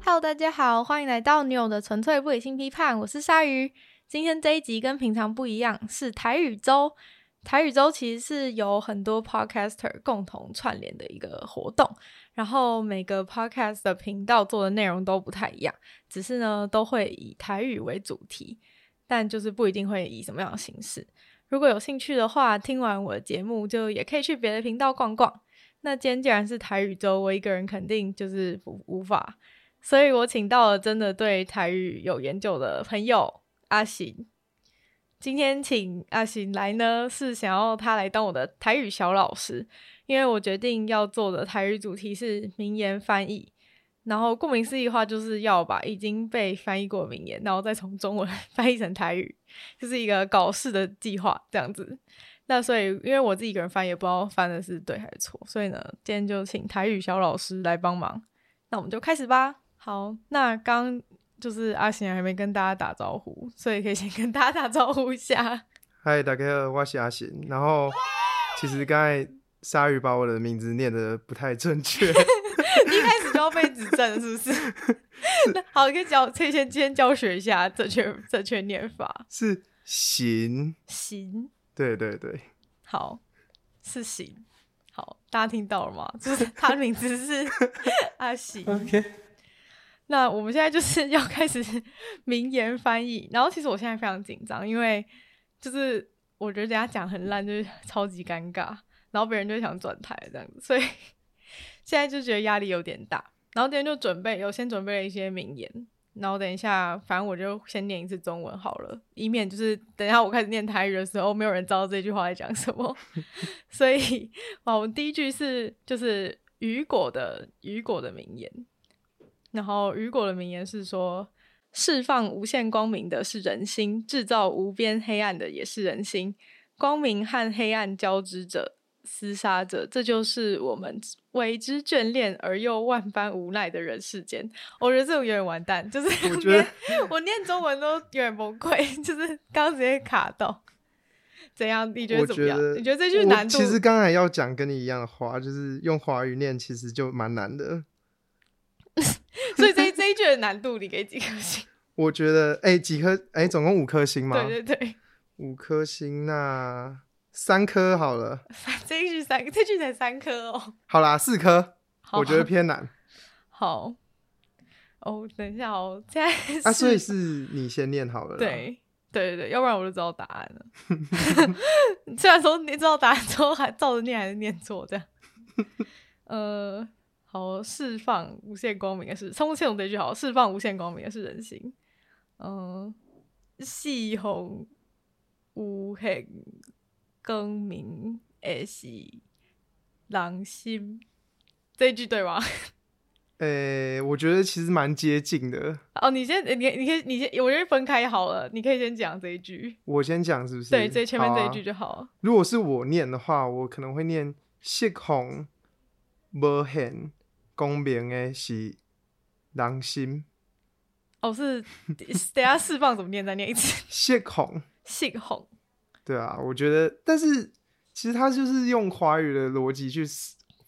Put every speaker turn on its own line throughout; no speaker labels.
Hello，大家好，欢迎来到女友的纯粹不理性批判，我是鲨鱼。今天这一集跟平常不一样，是台语周。台语周其实是由很多 podcaster 共同串联的一个活动，然后每个 podcast 的频道做的内容都不太一样，只是呢都会以台语为主题，但就是不一定会以什么样的形式。如果有兴趣的话，听完我的节目就也可以去别的频道逛逛。那今天既然是台语周，我一个人肯定就是无无法，所以我请到了真的对台语有研究的朋友阿行。今天请阿行来呢，是想要他来当我的台语小老师，因为我决定要做的台语主题是名言翻译，然后顾名思义的话，就是要把已经被翻译过的名言，然后再从中文 翻译成台语，就是一个搞事的计划这样子。那所以，因为我自己一个人翻，也不知道翻的是对还是错，所以呢，今天就请台语小老师来帮忙。那我们就开始吧。好，那刚就是阿贤还没跟大家打招呼，所以可以先跟大家打招呼一下。
嗨，大家好，我是阿行。然后其实刚才鲨鱼把我的名字念的不太正确，
一开始就要被指正了，是不是？ 那好，可以教，可以先先教学一下正确正确念法。
是行。
行，
对对对，
好，是行。好，大家听到了吗？就是他的名字是 阿行。
OK，
那我们现在就是 要开始名言翻译，然后其实我现在非常紧张，因为就是我觉得等一下讲很烂，就是 超级尴尬，然后别人就想转台这样子，所以 现在就觉得压力有点大。然后今天就准备有先准备了一些名言，然后等一下反正我就先念一次中文好了，以免就是等一下我开始念台语的时候，没有人知道这句话在讲什么。所以，哇，我们第一句是就是雨果的雨果的名言。然后雨果的名言是说：“释放无限光明的是人心，制造无边黑暗的也是人心。光明和黑暗交织着，厮杀着，这就是我们为之眷恋而又万般无奈的人世间。”我觉得这种有点完蛋，就是
我
我
觉得
念我念中文都有点崩溃，就是刚刚直接卡到。怎样？你觉得
我
怎么
觉
样？
得
你觉得这句
我
难度？
其实刚才要讲跟你一样的话，就是用华语念，其实就蛮难的。
所以这一这一句的难度，你给几颗星？
我觉得，哎、几颗？哎、总共五颗星 吗？
对对对，
五颗星，那三颗好了。
这一句三，这句才三颗哦。
好啦，四颗，
好
我觉得 偏难。
好。哦，等一下哦，现在是、
啊，所以是你先念好了啦。
对对对对，要不然我就知道答案了。 虽然说你知道答案之后还照着念，还是念错这样。 呃，好，释放无限光明的是，冲线我这句好，释放无限光明的是人心。嗯、戏红无限光明的是人心，这一句对吗？
哎、我觉得其实蛮接近的。
哦，你先，你你可以，你先，我觉得分开好了，你可以先讲这一句，
我先讲是不是？
对，最前面这一句
好啊
就好了。
如果是我念的话，我可能会念“色红无限公平的是人心
哦，是等一下释放怎么念再念一次，”，
色红
信红
对啊，我觉得，但是其实他就是用华语的逻辑去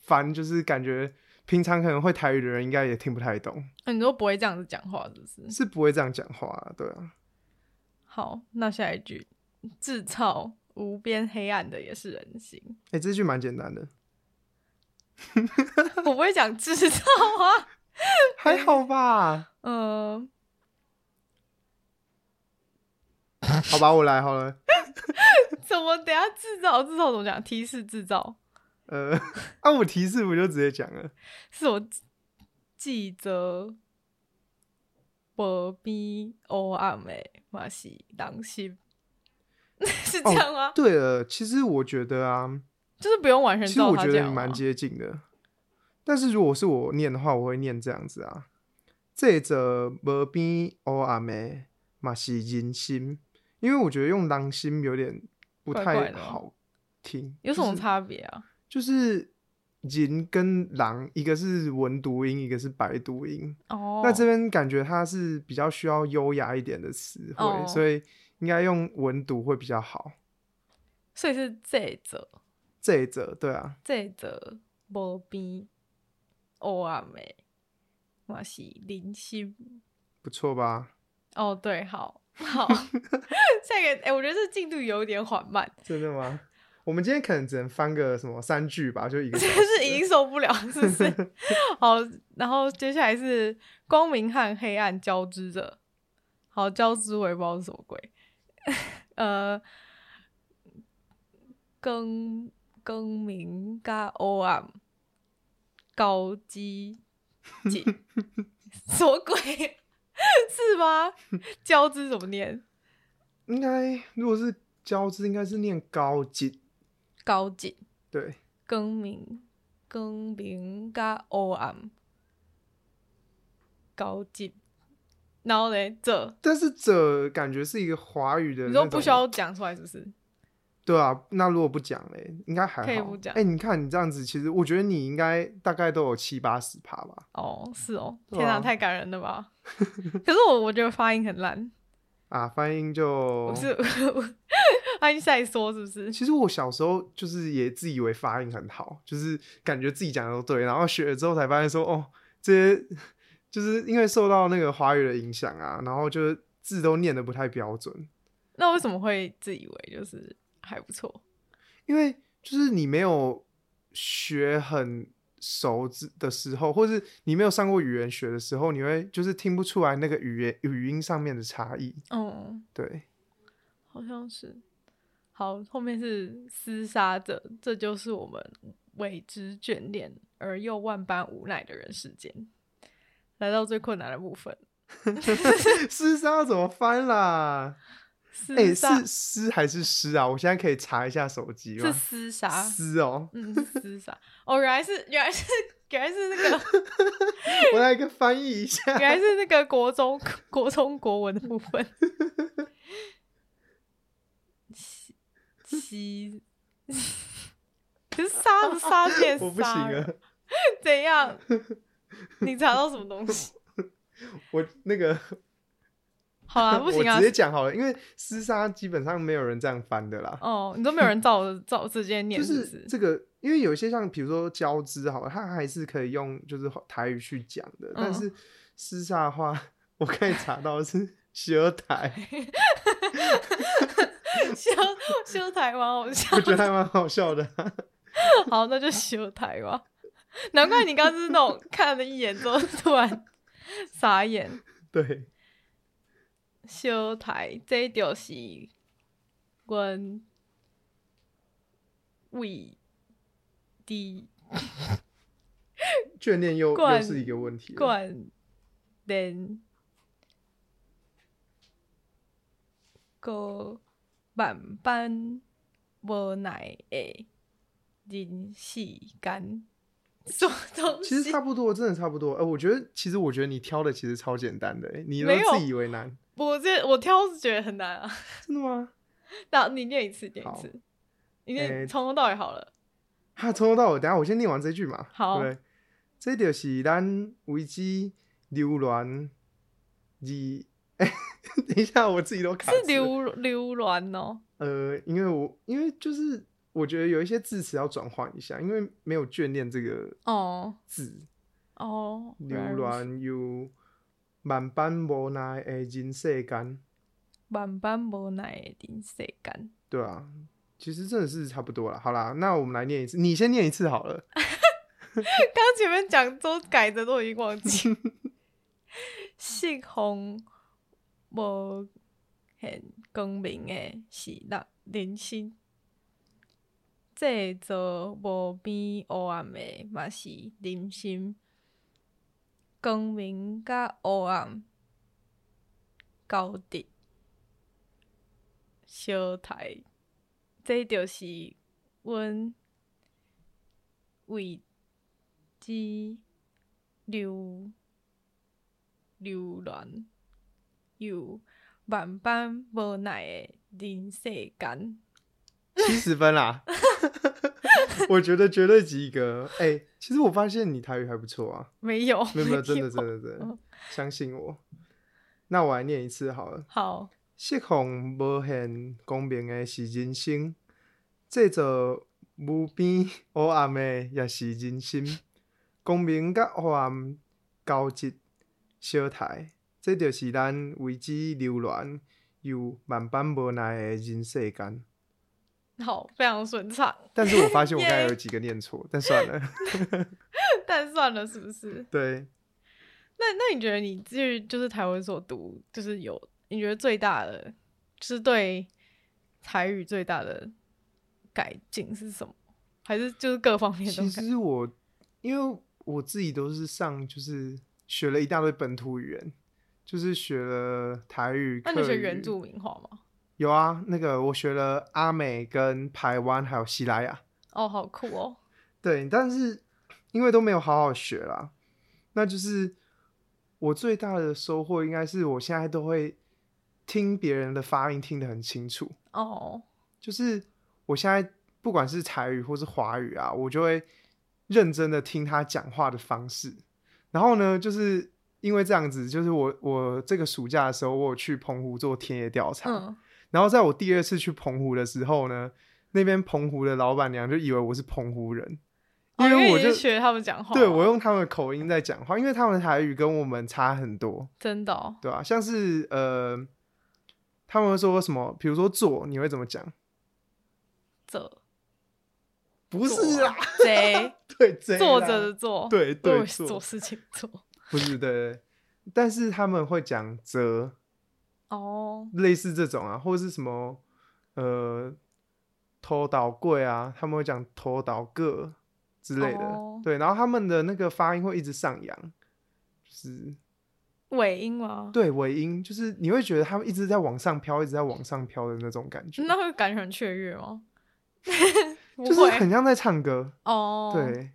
翻，就是感觉平常可能会台语的人应该也听不太懂，
哦你都不会这样子讲话，是不是？
是不会这样讲话、啊，对啊，
好，那下一句，自造无边黑暗的也是人心，
哎、这句蛮简单的，
我不会讲制造啊，
还好吧？
嗯、
好吧，我来好了。
怎么等一下制造制造怎么讲？提示制造
呃， 啊，我提示我就直接讲了，
是我记得。不必黑暗的嘛是人心， 是这样吗？
哦对了，其实我觉得啊，
就是不用完全
其实
照
我
他
觉
这
得
样
你
吗
蛮接近的，但是如果是我念的话，我会念这样子啊：这则无边黑暗的，嘛是人心，因为我觉得用狼心有点不
怪怪
太
的哦
好听，
有什
就
么
是？
差别啊？
就是人跟狼，一个是文读音，一个是白读音。
哦，
那这边感觉它是比较需要优雅一点的词汇，
哦
所以应该用文读会比较好。
所以是这则
这则对啊，
这则无边黑暗的，嘛是零星。
不错吧？
哦，对，好好，下一个，哎、我觉得这进度有点缓慢，
真的吗？我们今天可能只能翻个什么三句吧，就一个 小
真
时。
是已经受不了，是不是？好，然后接下来是光明和黑暗交织着，好，交织我也不知道是什么鬼， 呃，更更明加 O M 高基姐，什么鬼？ 是吗？交织怎么念？
应该如果是交织，应该是念高级。
高锦。
对，
更名、更名加黑暗、高级，然后嘞，这
但是这感觉是一个华语的那
你
种，
说不需要讲出来是不是？
对啊，那如果不讲嘞，应该还好。
可以不讲
哎、你看你这样子，其实我觉得你应该大概都有七八十趴吧。
哦，是哦，
对啊
天哪，太感人了吧！ 可是我我觉得发音很烂，
啊，翻音就
我是 爱因斯坦说是不是？
其实我小时候就是也自以为发音很好，就是感觉自己讲的都对，然后学了之后才发现说，哦，这些就是因为受到那个华语的影响啊，然后就是字都念的不太标准，
那为什么会自以为就是还不错？
因为就是你没有学很熟知的时候，或是你没有上过语言学的时候，你会就是听不出来那个语言语音上面的差异。
嗯，
对，
好像是。好，后面是厮杀者，这就是我们为之眷恋而又万般无奈的人世间。来到最困难的部分，
诗沙怎么翻啦？哎、
厮杀、
是啊诗还是诗啊？我现在可以查一下手机吗？
是厮杀，
诗哦，
嗯，厮杀。哦，原来是原来是原来是那个
我来个翻译一下。
原来是那个国中国中国文的部 分。西 西，可是杀是杀变杀，
我不行啊了，
怎样？你查到什么东 西？
我那个
好 啦，不行
我
啊
直！接讲好了，因为厮杀基本上没有人这样翻的啦，
哦，你都没有人照 着照直接念，
就是
不
是这个，因为有一些像比如说交织好了，它还是可以用就是台语去讲
嗯
的，但是厮杀的话， 我可以查到是 修台，
修修台湾好 笑
我，觉得还蛮好笑的、
好，那就修台湾。难怪你刚刚就是那种看了一眼之后突然傻眼，
对，
修台这就是阮为的
眷 恋又
冠
又是一个问题了。
冠连个万般无奈的人世间，什么东
其实
西
差？不多，真的差不多。呃，我觉得，其实我觉得你挑的其实超简单的、欸，你都
没有
自以为难，
我这我挑是觉得很难啊。
真的吗？
那你念一次，念一
好
次，你念
诶
从头到尾好了。
哈，从头到尾，等一下我先念完这句嘛。
好
对不对，这就是咱为之流恋而。哎、 等一下，我自己都卡
是
住了。
流流鸾哦，
呃，因为我因为就是我觉得有一些字词要转换一下，因为没有眷恋这个
哦
字，
哦，
流恋有万般无奈的人世间，
万般无奈的人世间。
对啊，其实真的是差不多了。好啦，那我们来念一次，你先念一次好了。
刚前面讲都改的都已经忘记。幸福无现光明的是人人生，这座无边黑暗的嘛是人生。光明甲黑暗交织，小台，这就是阮为之流流恋，有万般无奈的人世间。
七十分啦， 我觉得绝对及格。哎、其实我发现你台语还不错啊，
没 有，
没有没有，真的真的真的
嗯，
相信我。那我来念一次好了。
好，
释放无限光明的是人生，制造无边黑暗的也是人生。光明甲黑暗高级小台，这就是咱为之流连又万般无奈的人世间。
好，非常顺畅，
但是我 发现我刚才有几个念错，但算了。
但算了，是不是？
对，
那那你觉得你至就是台湾所读，就是有你觉得最大的，就是对台语最大的改进是什么？还是就是各方面都
其
改？
实我因为我自己都是上就是学了一大堆本土语言，就是学了台语。
那你
客
学
语
原住民话吗？
有啊，那个我学了阿美、跟台湾还有西拉雅。
哦，好酷哦！
对，但是因为都没有好好学啦，那就是我最大的收获应该是我现在都会听别人的发音听得很清楚，
哦，
就是我现在不管是台语或是华语啊，我就会认真的听他讲话的方式。然后呢，就是因为这样子，就是我我这个暑假的时候，我有去澎湖做田野调查，
嗯，
然后在我第二次去澎湖的时候呢，那边澎湖的老板娘就以为我是澎湖人，
哦
为
为
我
你
就是
学他们讲话，
对我用他们的口音在讲话，因为他们的台语跟我们差很多，
真的、哦，
对吧、啊像是呃，他们会说什么，比如说坐，你会怎么讲？
这
不是啊
啊
啦，，
贼
对， 贼啦
坐着的，坐，
对
我以
对
为是做
坐，
事情做。
不是对对，对但是他们会讲折，
哦，
类似这种啊，或者是什么呃偷倒柜啊，他们会讲偷倒个之类的，
哦
对，然后他们的那个发音会一直上扬，就是
尾音吗？
对尾音，就是你会觉得他们一直在往上飘，一直在往上飘的那种感觉，
那会感觉很雀跃吗？ 不
就是
会
很像在唱歌，
哦，，
对，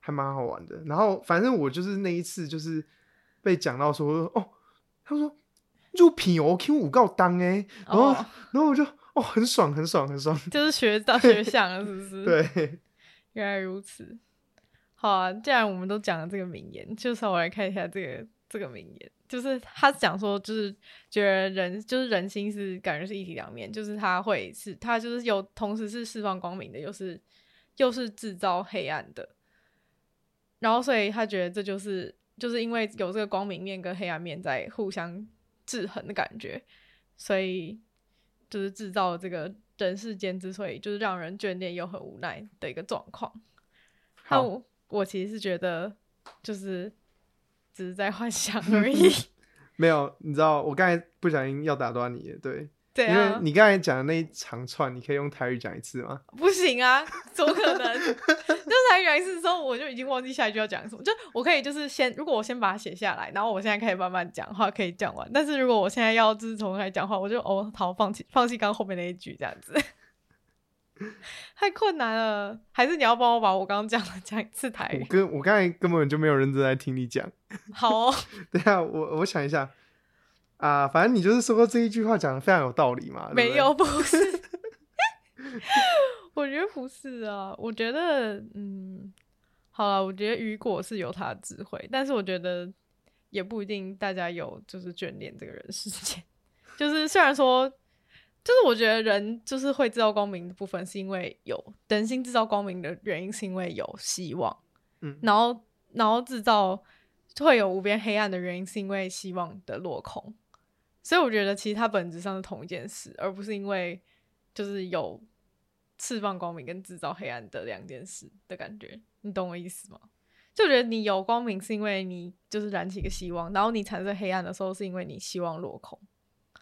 还蛮好玩的。然后反正我就是那一次就是被讲到说哦，他们说入品哦 Q 五告当哎，然后、
哦，
然后我就哦很爽很爽很爽，
就是学到学像了，是不是？，
对。
原来如此。好啊，既然我们都讲了这个名言，就稍微来看一下这个这个名言，就是他讲说，就是觉得人就是人心是感觉是一体两面，就是他会是他就是有同时是释放光明的，又是又是制造黑暗的，然后所以他觉得这就是就是因为有这个光明面跟黑暗面在互相制衡的感觉，所以就是制造了这个人世间之所以就是让人眷恋又很无奈的一个状况。那
好，
我我其实是觉得就是只是在幻 想而已，
没有，你知道我刚才不小心要打断你了，对，
对
因为
啊，
你刚才讲的那一长串，你可以用台语讲一次吗？
不行啊，怎么可能？ 就是来原是之后，我就已经忘记下一句要讲什么。就我可以就是先，如果我先把它写下来，然后我现在开始慢慢讲话，可以讲完。但是如果我现在要就是从头开始讲话，我就哦好放弃放弃刚刚后面那一句这样子， 太困难了。还是你要帮我把我刚刚讲的讲一次台
我
语？
跟我刚才根本就没有认真在听你讲，
好、哦，
等一下我我想一下啊、反正你就是说这一句话讲的非常有道理嘛，对不对
没有，，不是。 我觉得不是啊，我觉得，嗯，好了，我觉得雨果是有他的智慧，但是我觉得也不一定大家有就是眷恋这个人世间。 就是虽然说，就是我觉得人就是会制造光明的部分，是因为有人心制造光明的原因，是因为有希望，
嗯
然后然后制造会有无边黑暗的原因，是因为希望的落空。所以我觉得其实它本质上是同一件事，而不是因为就是有释放光明跟制造黑暗的两件事的感觉，你懂我意思吗？就觉得你有光明是因为你就是燃起一个希望，然后你产生黑暗的时候是因为你希望落空。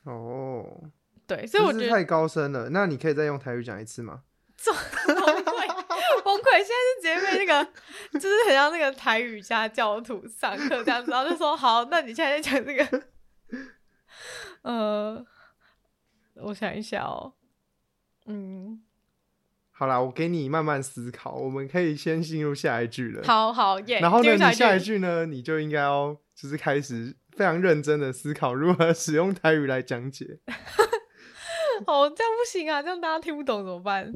哦，
对，所以我
真
觉
是
得
太高深了，那你可以再用台语讲一次吗？
崩溃， 崩溃！现在是直接被那个，就是很像那个台语家教徒上课这样子，然后就说好，那你现在在讲这个， 呃，我想一下哦，嗯，
好啦，我给你慢慢思考，我们可以先进入下一句了。，
好好耶。
然后呢，
接下
你
来
下一
就
句呢，你就应该要就是开始非常认真的思考如何使用台语来讲 解。
哦，这样不行啊，这样大家听不懂怎么办？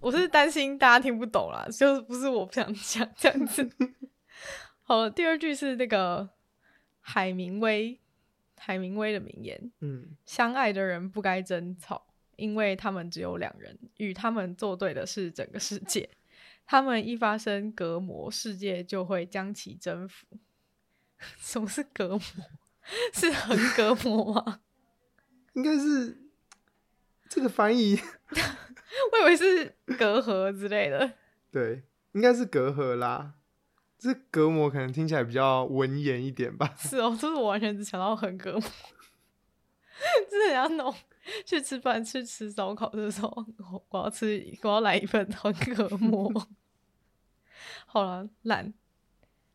我是担心大家听不懂啦，就是不是我不想讲这样子。 好了，第二句是那个海明威，海明威的名言：
嗯，
相爱的人不该争吵，因为他们只有两人，与他们作对的是整个世界。他们一发生隔膜，世界就会将其征服。 什么是隔膜？ 是横隔膜吗？
应该是这个翻译，
我以为是隔阂之类的。
对，应该是隔阂啦。这隔膜可能听起来比较文言一点吧。
是哦，就是我完全只想到横隔膜，真的要弄。去吃饭去吃烧烤的时候，我我要吃，我要来一份横膈膜。 好了，懒。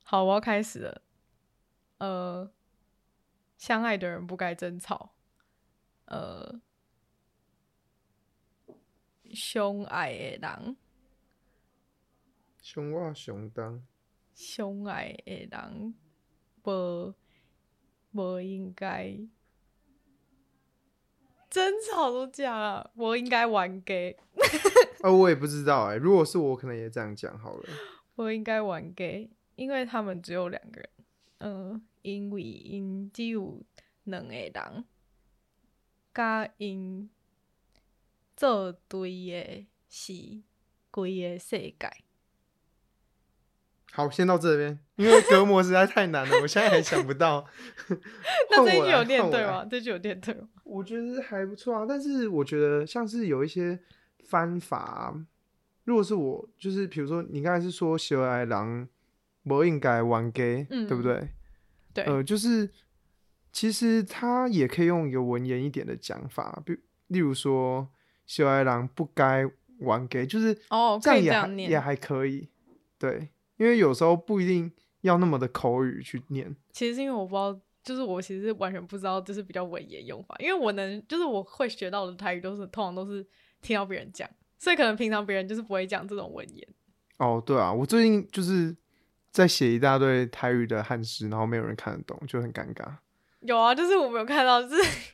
好，我要开始了。呃，相爱的人不该争吵。呃，相爱的人，
熊哇熊当，
相爱的人，不不应该。争吵都这样了，我应该玩 gay，
呃，我也不知道哎、如果是我，可能也这样讲好了。
我应该玩 gay，因为他们只有两个人。嗯、因为因只有两个人，甲因做对的是规个世界。
好，先到这边，因为隔膜实在太难了，我现在还想不到。
那这一
换我
句
来
有念
换我
对
来
吗？这句有念对吗？
我觉得还不错啊，但是我觉得像是有一些翻法啊、如果是我，就是比如说你刚才是说小爱狼不应该玩 gay，、
嗯
对不对？
对，
呃，就是其实他也可以用一个文言一点的讲法，比例如说小爱狼不该玩 gay，就是
哦，
这
可
样
以
也
这
还
样
也
念。
还可以，对，因为有时候不一定要那么的口语去念，
其实是因为我不知道，就是我其实完全不知道，就是比较文言用法，因为我能就是我会学到的台语都是通常都是听到别人讲，所以可能平常别人就是不会讲这种文言。
哦，对啊，我最近就是在写一大堆台语的汉诗，然后没有人看得懂，就很尴尬。
有啊，就是我没有看到，就是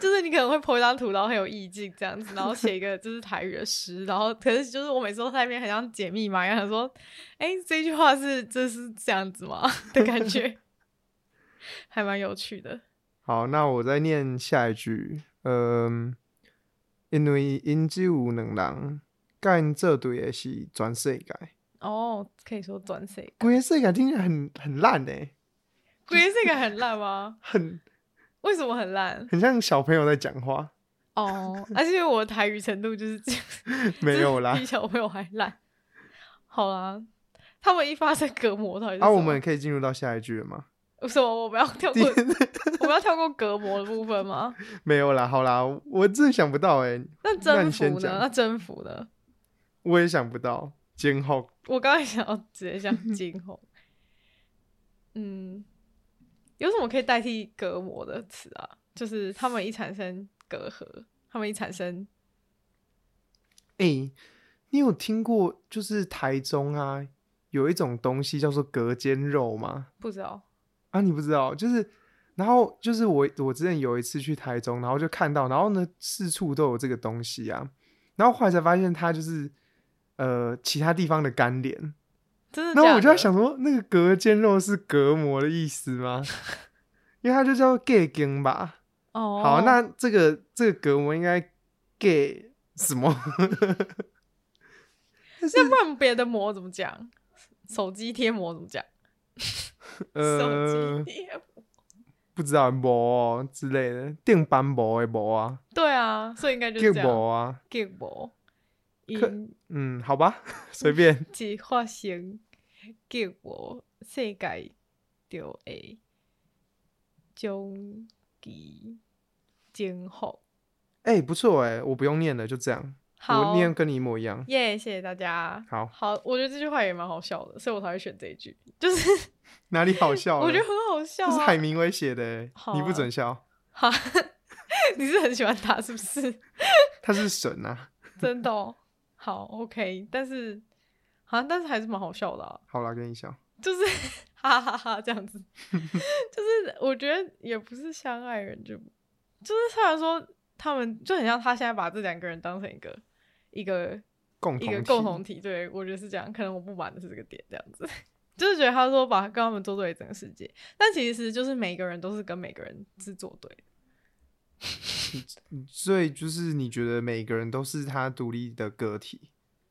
就是你可能会 po 一张图，然后很有意境这样子，然后写一个就是台语的诗，然后可是就是我每次都在那边很像解密码一样，想说，哎、这句话是这是这样子吗 的感觉，还蛮有趣的。
好，那我再念下一句，嗯、因为因只有两人，甲因做对的是全世界，
哦，可以说转世，
规个世界听起来很很烂呢、欸
鬼这个很烂吗？
很
为什么很烂？
很像小朋友在讲话，
哦，而且我的台语程度就是这样。
没有啦
比。小朋友还烂。好啦，他们一发生隔膜到底是
啊，
什么
我们可以进入到下一句了吗？
什么？我们要跳过，我们要跳过隔膜的部分吗？
没有啦，好啦，我真的想不到哎、
那
那
征
你
服
先
呢
讲？
那征服呢？
我也想不到。今后
我刚才想要直接讲 惊鸿。嗯，有什么可以代替隔膜的词啊？就是他们一产生隔阂，他们一产生
哎、你有听过就是台中啊有一种东西叫做隔间肉吗？
不知道
啊，你不知道，就是，然后就是我我之前有一次去台中，然后就看到，然后呢四处都有这个东西啊，然后后来才发现它就是呃其他地方的干脸，
真的假的。
然后我就在想说，那个隔间肉是隔膜的意思 吗？因为它就叫 gay 根吧。
哦，
好，那这个这个隔膜应该 gay 什么？
那不然别的膜怎么讲？手机贴膜怎么讲？手
呃
机，贴膜。
不知道膜哦之类的，电板膜的膜啊
对啊，所以应该就是
，gay
这样。
膜啊，
结膜，
可
因
嗯，好吧， 随便。
一发生结膜，世界就会将其征服。
哎、不错哎、我不用念了，就这样，
好
我，念跟你一模一样。
耶谢谢大家。
好
好，我觉得这句话也蛮好笑的，所以我才会选这一句，就是
哪里好笑了？
我觉得很好笑、
这是
啊。
海明威写的、欸
好啊
你不准笑，
好， 你是很喜欢他是不是？
他是神啊。
真的、哦？好，OK，但是好像但是还是蛮好笑的、啊。
好啦，跟你笑，
就是 哈哈哈这 样子，就是我觉得也不是相爱人就，就是虽然说他们就很像他现在把这两个人当成一个一个
共
一
同
个
体
共同体，对我觉得是这样，可能我不满的是这个点，这样子，就是觉得他说把跟他们作对整个世界，但其实就是每个人都是跟每个人是作对，
所以就是你觉得每个人都是他独立的个体。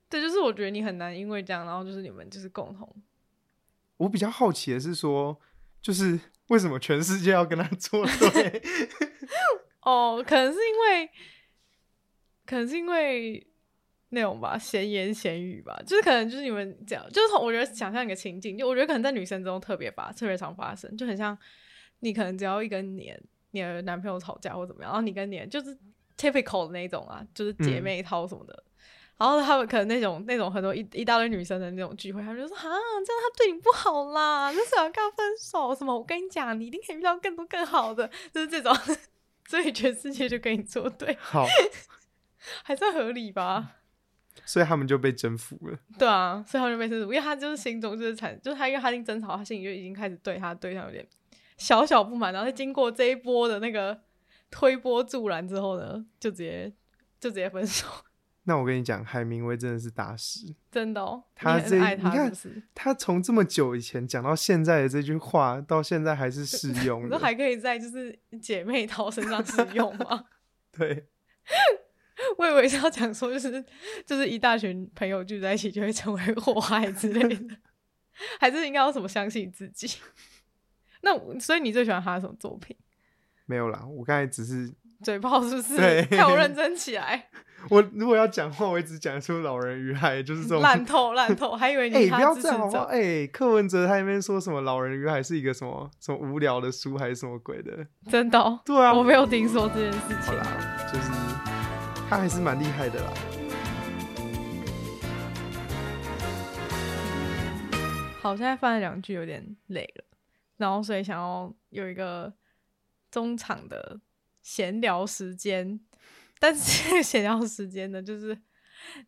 对，就是我觉得你很难因为这样，然后就是你们就是共同，
我比较好奇的是说，就是为什么全世界要跟他 作对？
哦，可能是因为，可能是因为那种吧，闲言闲语吧，就是可能就是你们讲，就是从我觉得想象一个情境，就我觉得可能在女生中特别发，特别常发生，就很像你可能只要一跟你的你的男朋友吵架或怎么样，然后你跟你的就是 typical 的那种啊，就是姐
嗯
妹淘什么的。然后他们可能那种那种很多一一大堆女生的那种聚会，他们就说啊，这样他对你不好啦，就是想跟他分手什么。我跟你讲，你一定可以遇到更多更好的，就是这种。 所以全世界就跟你作对，
好，
还算合理吧？
所以他们就被征服了。
对啊，所以他就被征服，因为他就是心中就是产，就是他因为他已经争吵，他心里就已经开始对他的对象有点小小不满，然后再经过这一波的那个推波助澜之后呢，就直接就直接分手，
那我跟你讲，海明威真的是大师。
真的哦，
他
你
这
很
一
爱
你
他
看
是不是？
他从这么久以前讲到现在的这句话，到现在还是适用
你说
的。
还可以在就是姐妹淘身上使用吗？
对，
我以为是要讲说，就是就是一大群朋友聚在一起就会成为祸害之类的， 还是应该要什么相信自己？ 那我所以你最喜欢他的什么作品？
没有啦，我刚才只是
嘴炮是不是
对？
看我认真起来，
我如果要讲话，我也只讲出老人与海，就是这种。
烂透烂透，还以为你
哎、
是
不
他
要
支
这样好
持
不好？
者。
哎、柯文哲他那边说什么“老人与海”是一个什么什么无聊的书还是什么鬼的？
真的哦、
对啊，
我没有听说这件事
好
情。
啦，就是他还是蛮厉害的啦。
好，现在翻了两句有点累了，然后所以想要有一个中场的闲聊时间，但是 这个闲聊时间呢，就是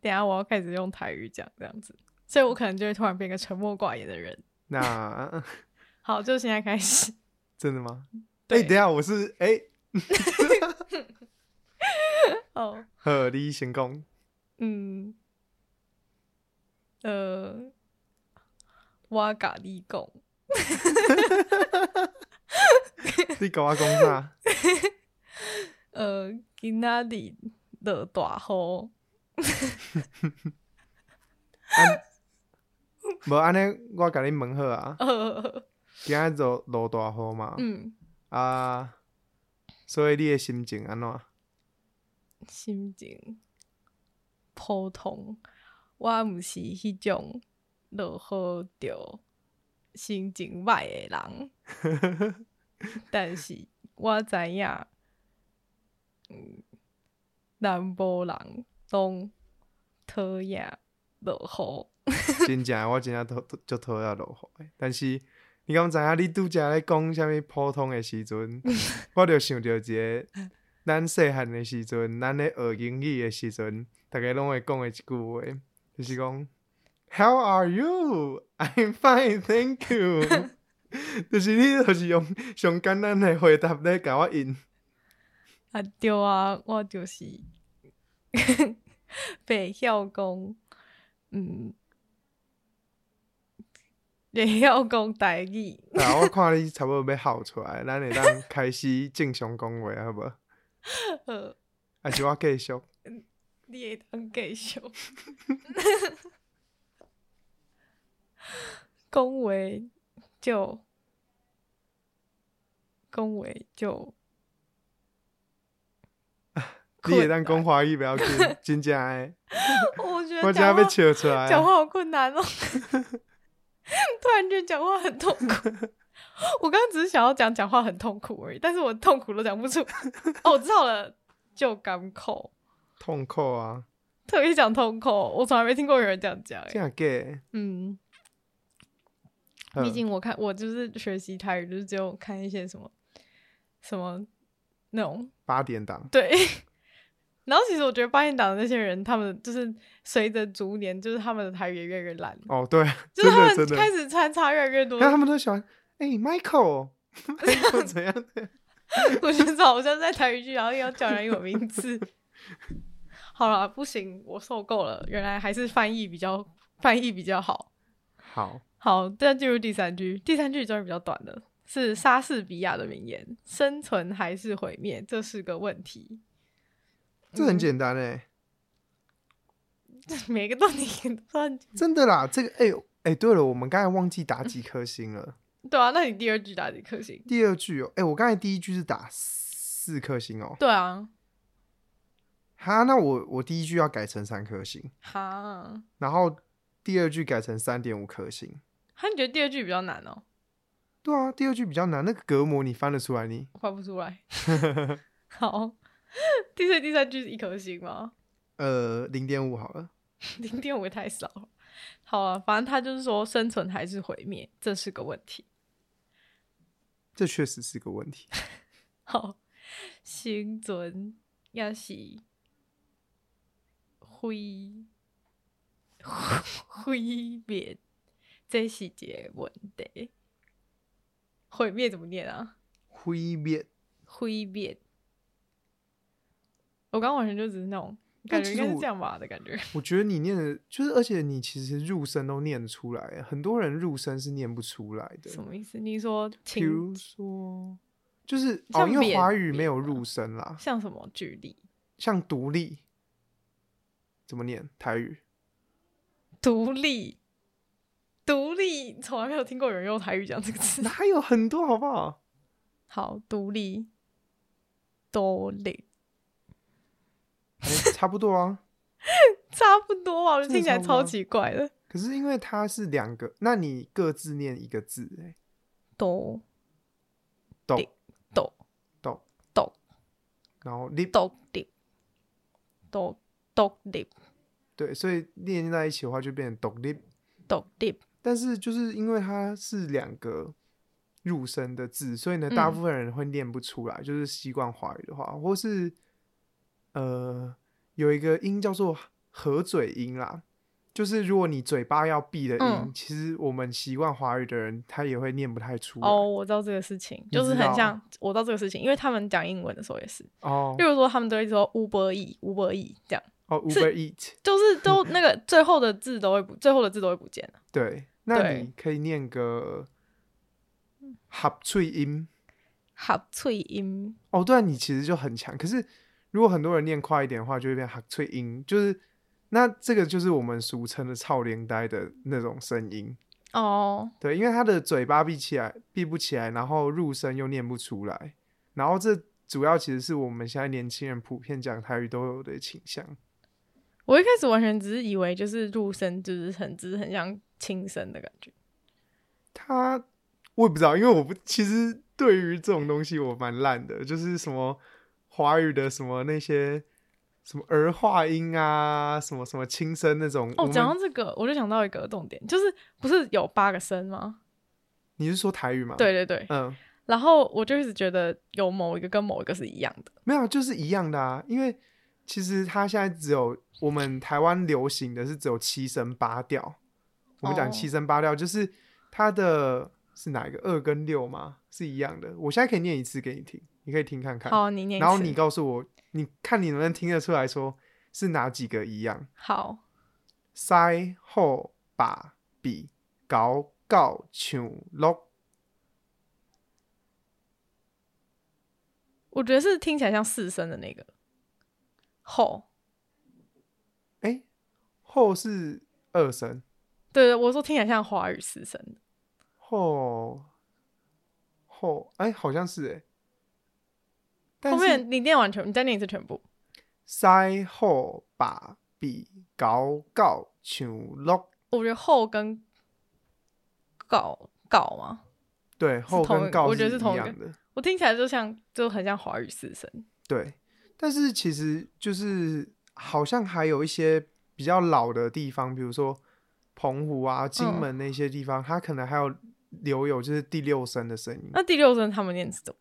等一下我要开始用台语讲这样子，所以我可能就会突然变一个沉默寡言的人。
那
好，就现在开始。
真的吗？哎、
对
等一下我是哎、
哦，
和李贤公，
嗯，呃，我咖喱贡，
你搞阿公啥？
呃，今仔日落大雨。
无安尼，我甲你问好啊。
呃，
今仔就落大雨嘛，
嗯，
啊，所以你的心情安怎？
心情普通，我毋是迄种落雨着心情歹诶人，但是我知影，嗯，南部人拢讨厌落雨，
真正的我真正讨就讨厌落雨的，但是你敢知影你拄则咧讲啥物普通的时阵，我就想着一个咱细汉的时阵，咱咧学英语的时阵，逐个拢会讲的一句话，就是讲 How are you? I'm fine, thank you 。就是你就是用上简单的回答咧甲我应。
啊对啊，我就是 袂晓讲，嗯，袂晓讲台语。
啊，我看你差不多要哭出来，咱会当开始正常讲话，好无？
呃，
还是我继续？
你会当继续讲话就讲话就
你
困
会
难，
当讲华语不要紧，真正 诶，
我觉得
我真的
讲
要
话
笑出来
讲
啊。
话好困难哦， 突然觉得讲话很痛苦。我刚刚只是想要讲讲话很痛苦而已，但是我痛苦都讲不出。哦，我知道了，就港口，
痛苦啊，
特别讲痛苦，我从来没听过有人这样讲、欸。
真的假的？
嗯。
好
毕竟我看我就是学习泰语，就是只有看一些什么什么那种
八点档，
对。 然后其实我觉得八点档的那些人，他们就是随着逐年，就是他们的台语也越来越烂，
哦，对，
就是
真
他
的真
们
的
开，始参差越来越多。
然后他们都喜欢，哎，Michael，Michael 怎样的？
我觉得好像在台语剧，然后又要叫人英文名字。 好了，不行，我受够了。原来还是翻译比较翻译比较好。
好，
好，再进入第三句。第三句终于比较短了，是莎士比亚的名言：“生存还是毁灭，这是个问题。
这很简单诶，
每个都你都很
真的啦，这个哎哎，对了，我们刚才忘记打几颗星了，
对啊，那你第二句打几颗星？
第二句哦，哎、我刚才第一句是打四颗星哦，
对啊，
哈，那我我第一句要改成三颗星，
哈，
然后第二句改成三点五颗星。
他觉得第二句比较难哦，
对啊，第二句比较难，那个隔膜你翻得出来你？
我画不出来。 好， 第四、第三句是一颗星吗？
呃，零点五好了。
零点五太少了。好啊，反正他就是说生存还是毁灭，这是个问题。
这确实是个问题。
好，生存要是 毁毁灭，这是一个问题。毁灭怎么念啊？
灰灭，
毁灭。我刚完全就只是那种
但
感觉，
其
应
实
该是
我
这样吧的感觉。
我觉得你念的，就是而且你其实入声都念得出来，很多人入声是念不出来的。
什么意思？你说
比
情
如说，就是哦，
像
因为
扁
华语没
扁
有
吗
入声啦，
像什么举例？
像独立怎么念 台语？
独立，独立，从来没有听过有人用台语讲这个词。
哪有很多好不好？
好，独立，独立，
哎差不多啊。
差不多吧，我觉得
真的
听起来
差不多
超奇怪的。
可是因为它是两个，那你各自念一个字、欸，
抖
懂
对抖
懂，
抖
然后 lip
独立，独独立，
对，所以念在一起的话就变成懂 lip。
独立，
但是就是因为它是两个入声的字，所以呢，
嗯
大部分人会念不出来，就是习惯华语的话，或是呃有一个音叫做合嘴音啦，就是如果你嘴巴要闭的音，
嗯
其实我们习惯华语的人他也会念不太出来
哦，我知道这个事情，就是
知道
很像我知道这啊个事情，因为他们讲英文的时候也是，
哦
例如说他们都会说 Uber E Uber E 这样，
哦
是
Uber Eat
就是 都那个最后的字都会不，最后的字都会不见啊了。
对，那
对嗯
你可以念个合嘴音
合脆音，
哦，对啊、你其实就很强。可是如果很多人念快一点的话，就会变哈脆音，就是那这个就是我们俗称的超连呆的那种声音。
哦，
对，因为他的嘴巴闭起来，闭不起来，然后入声又念不出来，然后这主要其实是我们现在年轻人普遍讲台语都有的倾向。
我一开始完全只是以为就是入声，就是很只是很像轻声的感觉。
他我也不知道，因为我不其实对于这种东西我蛮烂的，就是什么华语的什么那些。什么儿化音啊，什么什么轻声那种。
哦，
我们
讲到这个，我就想到一个重点，就是不是有八个声吗？
你是说台语吗？
对对对。
嗯，
然后我就一直觉得有某一个跟某一个是一样的。
没有，就是一样的啊。因为其实它现在只有我们台湾流行的是只有七声八调。我们
哦
讲七声八调，就是它的是哪一个二跟六吗？是一样的。我现在可以念一次给你听，你可以听看看。
好，你念一次。
然后你告诉我，你看你能不能听得出来说是哪几个一样？
好，
塞后把比高高唱落，
我觉得是听起来像四声的那个吼。
哎，后是二声，
对对，我说听起来像华语四声的
后后哎、好像是哎、但
后
是
面你念完全，你再念一次全部。
塞后把比高高唱落，
我觉得后跟搞搞嘛，
对，后
同一个
跟高
我觉得
是
是
一
同一
样
个
的，
我听起来就像就很像华语四声。
对。但是其实就是好像还有一些比较老的地方，比如说澎湖啊、金
嗯
门那些地方，它可能还有留有就是第六声的声音，
那第六声他们念是怎么？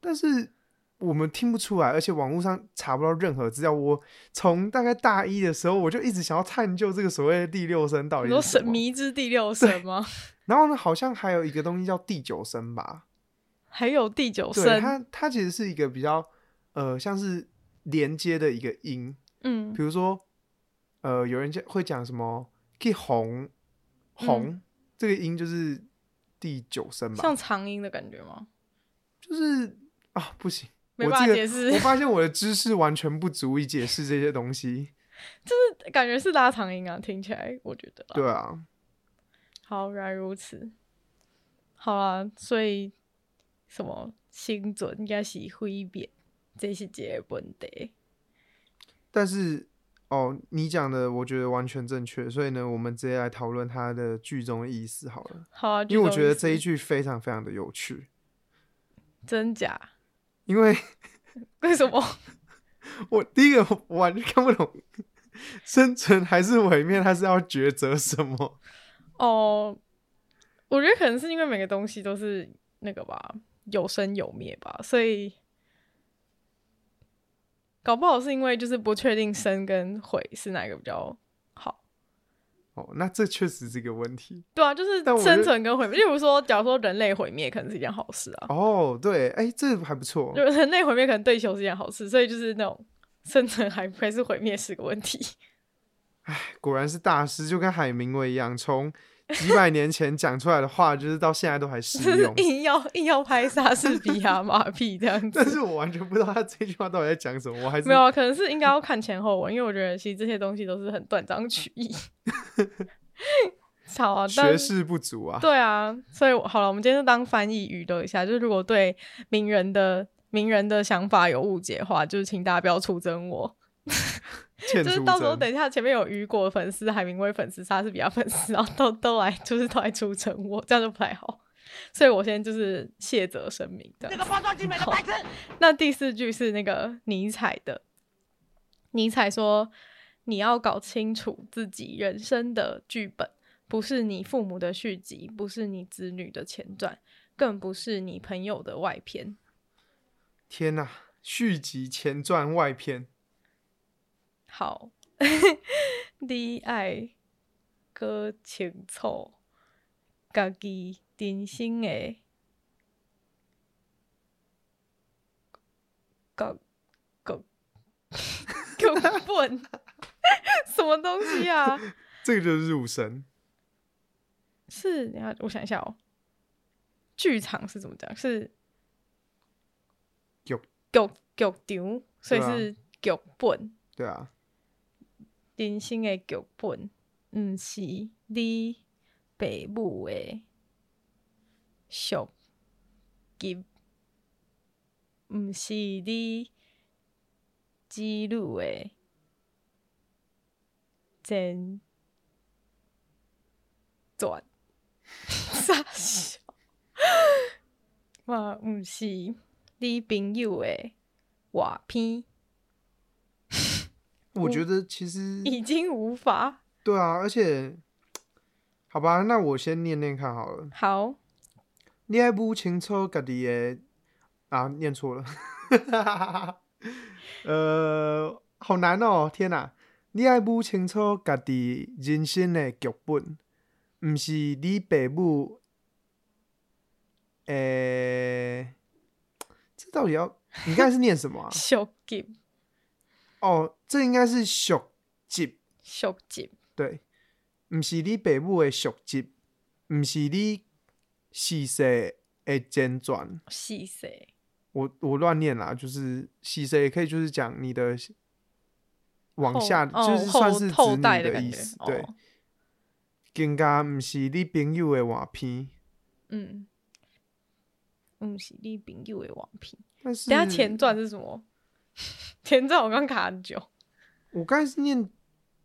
但是我们听不出来，而且网络上查不到任何资料。我从大概大一的时候，我就一直想要探究这个所谓的第六声到
你
底
说
是什
神
么。
迷之第六声吗？
然后呢，好像还有一个东西叫第九声吧？
还有第九
对，
声，
它它其实是一个比较呃像是连接的一个音，
嗯，
比如说呃有人讲会讲什么可以红红、这个音就是第九声吧
嗯像？长音的感觉吗？
就是啊不行，
没
我
办
这
法
个
解释，
我发现我的知识完全不足以解释这些东西。
感觉是拉长音啊，听起来我觉得啦。
对啊，
好，原来如此。好啦，所以什么生存应该是毁灭，这是一个问题。
但是哦，你讲的我觉得完全正确，所以呢，我们直接来讨论它的剧中的意思好了，
好啊，
因为我觉得
就
这一句非常非常的有趣，
真假？
因为
为什么？
我第一个我完全看不懂生存还是毁灭，它是要抉择什么？
哦，我觉得可能是因为每个东西都是那个吧，有生有灭吧，所以搞不好是因为就是不确定生跟毁是哪一个比较好。
哦，那这确实是一个问题。
对啊，就是
但我觉
生
得
存跟毁灭。例如说，假如说人类毁灭，可能是一件好事啊。
哦，对，哎、这还不错
就。是人类毁灭可能对球是一件好事，所以就是那种生存还还是毁灭是个问题。
果然是大师，就跟海明威一样，从几百年前讲出来的话，就是到现在都还
就
适
是。
用
硬要硬要拍莎士比亚马屁这样
但
子。
是我完全不知道他这句话到底在讲什么，我还是
没有啊，可能是应该要看前后文，因为我觉得其实这些东西都是很断章取 义。好啊，但
学识不足啊。
对啊，所以我好了，我们今天就当翻译娱乐一下。就是如果对名人的名人的想法有误解的话，就是请大家不要出征我。
欠
就是
出
到时候
征
等一下前面有雨果粉丝、海明威粉丝、莎士比亚粉丝，然后都都来就是都来出征我，这样就不太好。所以我先就是谢责声明的。
包装精美的白痴。
那第四句是那个尼采的，尼采说：“你要搞清楚自己人生的剧本，不是你父母的续集，不是你子女的前传，更不是你朋友的外篇。
天呐、续集前传外篇，”
好， 你爱搁清楚家己人生的各各各本， 什么东西啊？
这个就是入神。
是，等一下我想一下哦。剧场是怎么讲？是
剧
剧剧场，所以
对啊
是剧本。
对啊，
人生的剧本，毋是你爸母的续集，毋是你子女的前传。傻笑，嘛毋是你朋友的外篇，
我觉得其实
已经无法。
对啊，而且好吧，那我先念念看好了。
好，？
你还不清楚家己的啊，念错了。 呃，好难哦，天哪、你还不清楚家己人生的剧本，毋是你爸母诶、呃这到底要你刚才是念什么 啊
续集，
哦，这应该是续集，
续集，
对，毋是你爸母的续集，毋是你逝世的前传。
细细
我我乱念啦，就是洗谁也可以，就是讲你的往下，
后
就是算是
哦后
子
后
女
代的感
意
觉
思。
哦
对，更加毋是你朋友的瓦片，
嗯，嗯，是你朋友的网评。
但是
等一下前传是什么？ 前传我刚卡很久，
我刚才是念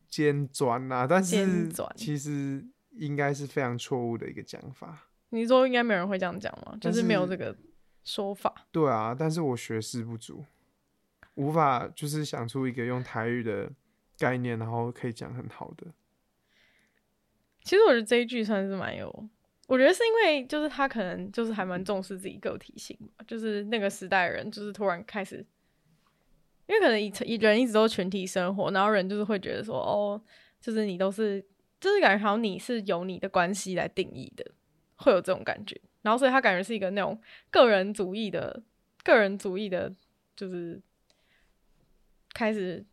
尖转啦，但是
尖转
其实应该是非常错误的一个讲法。
你说应该没有人会这样讲吗？就
但
是没有
是
这个说法。
对啊，但是我学识不足，无法就是想出一个用台语的概念，然后可以讲很好的。
其实我觉得这一句算是蛮有，我觉得是因为就是他可能就是还蛮重视自己个体性吧，就是那个时代的人就是突然开始，因为可能以前以人一直都群体生活，然后人就是会觉得说哦，就是你都是就是感觉好像你是由你的关系来定义的，会有这种感觉，然后所以他感觉是一个那种个人主义的个人主义的，就是开始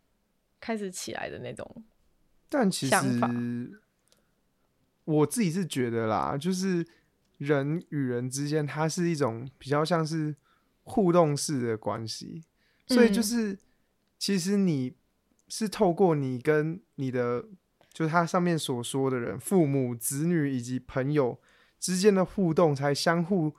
开始起来的那种
但其
想法
实我自己是觉得啦，就是人与人之间，它是一种比较像是互动式的关系，所以
嗯
就是、其实你是透过你跟你的，就是它上面所说的人，父母、子女以及朋友之间的互动，才相互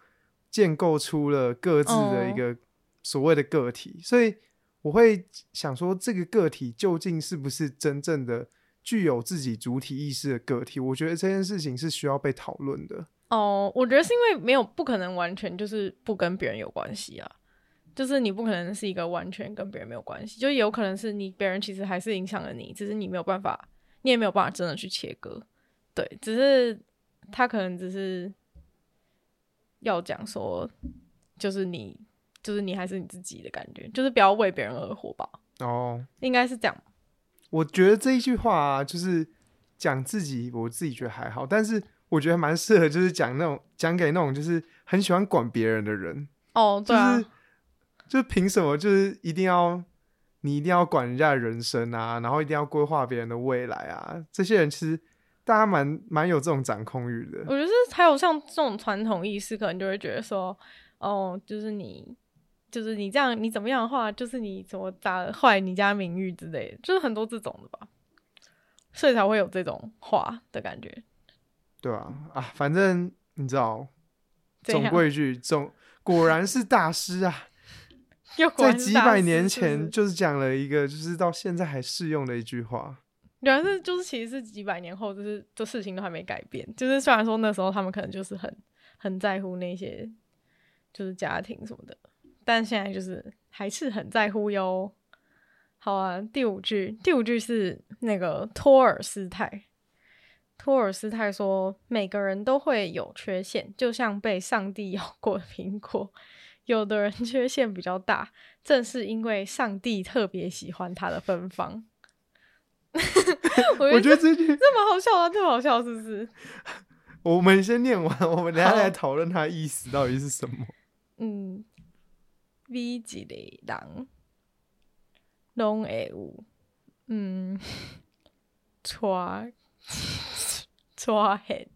建构出了各自的一个所谓的个体。所以我会想说，这个个体究竟是不是真正的具有自己主体意识的个体？我觉得这件事情是需要被讨论的。
哦，我觉得是因为没有不可能完全就是不跟别人有关系啊，就是你不可能是一个完全跟别人没有关系，就有可能是你别人其实还是影响了你，只是你没有办法，你也没有办法真的去切割，对，只是他可能只是要讲说，就是你就是你还是你自己的感觉，就是不要为别人而活吧，
哦，
应该是这样，
我觉得这一句话、啊、就是讲自己，我自己觉得还好，但是我觉得蛮适合，就是讲那种讲给那种就是很喜欢管别人的人，
哦，对啊，
就是就是凭什么就是一定要你一定要管人家的人生啊，然后一定要规划别人的未来啊，这些人其实大家蛮蛮有这种掌控欲的，
我觉得是还有像这种传统意识，可能就会觉得说，哦，就是你，就是你这样，你怎么样的话，就是你怎么打坏你家名誉之类的，就是很多这种的吧，所以才会有这种话的感觉。
对啊，啊，反正你知道，
怎
总
样
归一句，总果然是大师啊。
又 果
在
然是
几
大
百
师
年
是不
前
是
就是讲了一个，就是到现在还适用的一句话。
原来是就是其实是几百年后，就是这事情都还没改变。就是虽然说那时候他们可能就是很很在乎那些就是家庭什么的，但现在就是还是很在乎哟。好啊，第五句，第五句是那个托尔斯泰。托尔斯泰说：“每个人都会有缺陷，就像被上帝咬过的苹果。有的人缺陷比较大，正是因为上帝特别喜欢他的芬芳。 我
我觉
觉得
得这句，
这么好笑啊，这么好笑是不是？
我们先念完，我们等一下
好
来讨论它的意思到底是什么。
嗯，V 一个人拢会有，嗯， 带带现，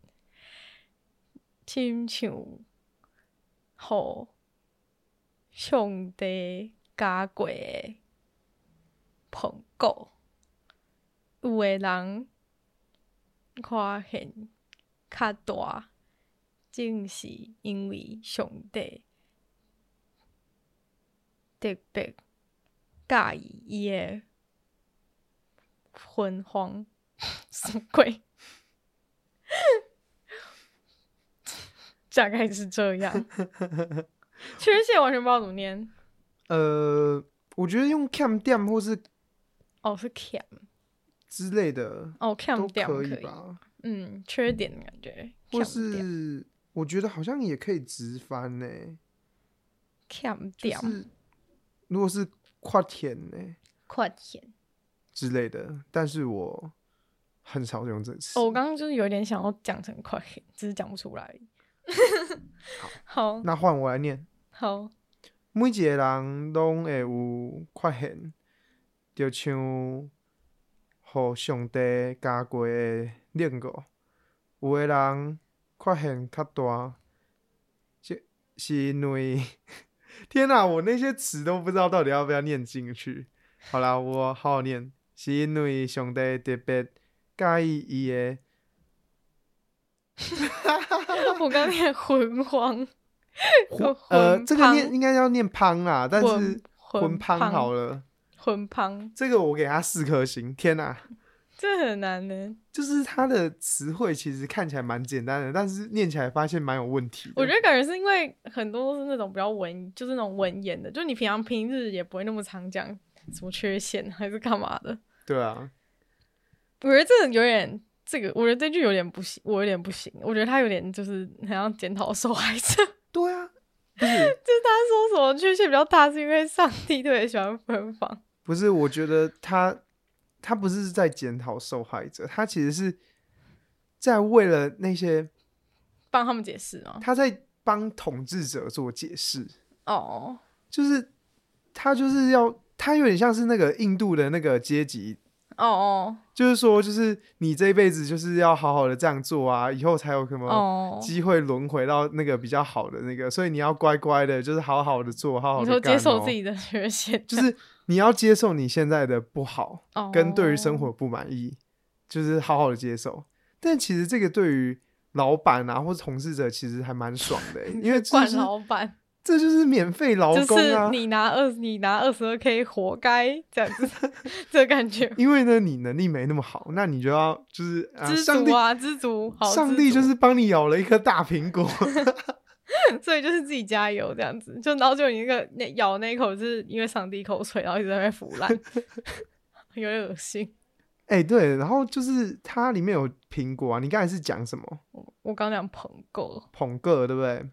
亲像互上帝加过的捧果，有诶人看现较大，正是因为上帝特别介意伊诶芬芳，什么鬼？ 大概是这样。缺陷完全不知道怎么念。
呃，我觉得用 cam 店或是
哦，是 cam
之类的
哦，cam
都
点
可以
以
吧，
嗯，缺点的感觉，
或
cam 点
是我觉得好像也可以直翻呢、
cam
就
点
是如果是跨舔呢、
快点。
之类的，但是我很少用这个词。
哦，我刚刚就是有点想要讲成快点，只是讲不出来 而已。好
那换我来念。
好，
每一个人拢会有缺陷，就像互上帝加过的练过。有的人缺陷较大，就是因为 天哪、我那些词都不知道到底要不要念进去。好啦，我好好念，是因为上帝特别介意伊的。
我刚念魂荒，
呃，
魂
这个
胖
念应该要念胖啦，但是
魂
魂胖
胖
好，了，
魂胖，
这个我给他四颗星。天哪、
这很难呢。
就是它的词汇其实看起来蛮简单的，但是念起来发现蛮有问题的。
我觉得感觉是因为很多都是那种比较文，就是那种文言的，就你平常平日也不会那么常讲什么缺陷啊还是干嘛的。
对啊，
我觉得这有点，这个我觉得这句有点不行，我有点不行。我觉得他有点就是很像检讨受害者， 就是
对啊，不是
他说什么缺陷比较大，是因为上帝特别喜欢芬芳。
不是，我觉得他他不是在检讨受害者，他其实是在为了那些
帮他们解释吗？
他在帮统治者做解释，
哦，
就是他就是要他有点像是那个印度的那个阶级
哦哦
就是说，就是你这一辈子就是要好好的这样做啊，以后才有什么
哦，
机会轮回到那个比较好的那个，所以你要乖乖的，就是好好的做，好好
你
的
说
干、哦。
接受自己的 缺陷，
就是你要接受你现在的不好，
哦
跟对于生活不满意，就是好好的接受。但其实这个对于老板啊或者同事者其实还蛮爽的欸、 因为这、就
管
是
老板，
这就是免费劳
就
工
是
啊。
你拿二你拿二十二 k 活该这样子， 这感觉。
因为呢，你能力没那么好，那你就要就是、 啊、
知
上
足
帝，
啊，知足，好，
上
知
帝就
足
是帮你咬了一颗大苹果。
所以就是自己加油这样子，就然后就你那个那咬那一口是因为上帝口水，然后一直在那边腐 烂，有点恶心。
哎、对，然后就是它里面有苹果啊，你刚才是讲什么
我刚讲捧狗，
捧个对不对？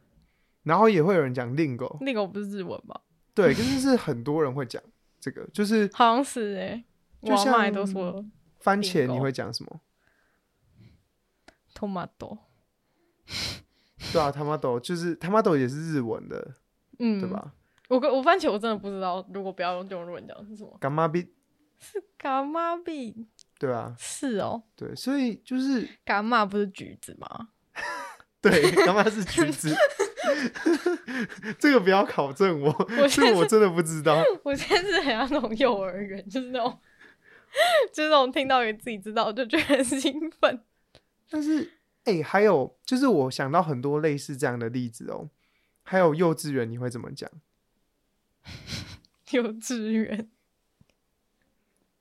然后也会有人讲 lingo，
那个我不是日文吧？
对，就是是很多人会讲这个，就是
好像是哎、我
就
阿
像
妈也都说
番茄
Lingo
你会讲什么？
tomato，
对啊，他妈豆就是他妈豆也是日文的，
嗯，
对？吧？
我跟我番茄我真的不知道，如果不要用中文讲是什么？
干妈逼，
伽马币
对啊，
是哦，
对，所以就是
伽马不是橘子吗？
对，干妈是橘子， 这个不要考证我，
现在
这个我真的不知道。
我现在是很像那种幼儿园，就是那种就是那种听到也自己知道就觉得很兴奋。
但是，哎、还有就是我想到很多类似这样的例子哦。还有幼稚园，你会怎么讲？
幼稚园，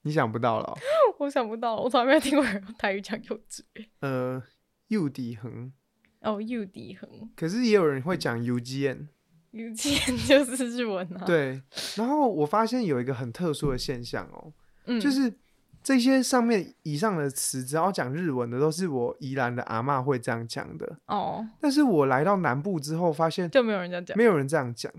你想不到了、哦。
我想不到，我从来没有听过有人用台语讲幼稚园。
呃，幼底横，
哦，幼底横，
可是也有人会讲 U G N。
幼稚园就是日 文啊。，
对，然后我发现有一个很特殊的现象哦，
嗯，
就是这些上面以上的词，只要讲日文的，都是我宜兰的阿嬷会这样讲的。
哦，
但是我来到南部之后，发现
就没有人这样讲。
没有人这样讲。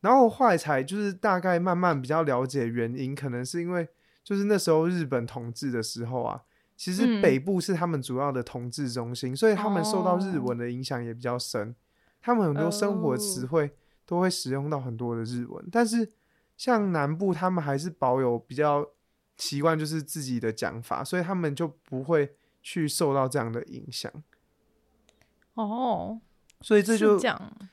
然后我后来才就是大概慢慢比较了解原因，可能是因为就是那时候日本统治的时候啊，其实
嗯
北部是他们主要的统治中心，所以他们受到日
哦
文的影响也比较深。他们很多生活词
哦
汇都会使用到很多的日文，但是像南部他们还是保有比较习惯就是自己的讲法，所以他们就不会去受到这样的影响。
哦，
所以这
是
就
这样。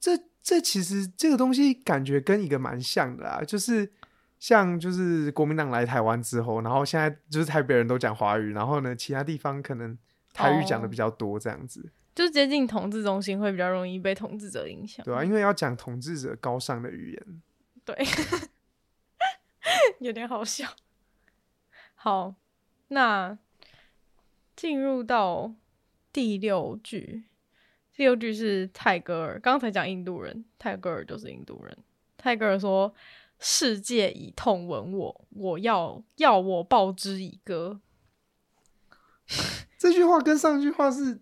这这其实这个东西感觉跟一个蛮像的啊，就是像就是国民党来台湾之后，然后现在就是台北人都讲华语，然后呢，其他地方可能台语讲的
哦
比较多这样子，
就是接近统治中心会比较容易被统治者影响，
对啊，因为要讲统治者高尚的语言，
有点好笑。好，那进入到第六句，第六句是泰戈尔，刚才讲印度人，泰戈尔就是印度人。泰戈尔说：“世界以痛吻我，我要要我报之以歌。
这句话跟上句话是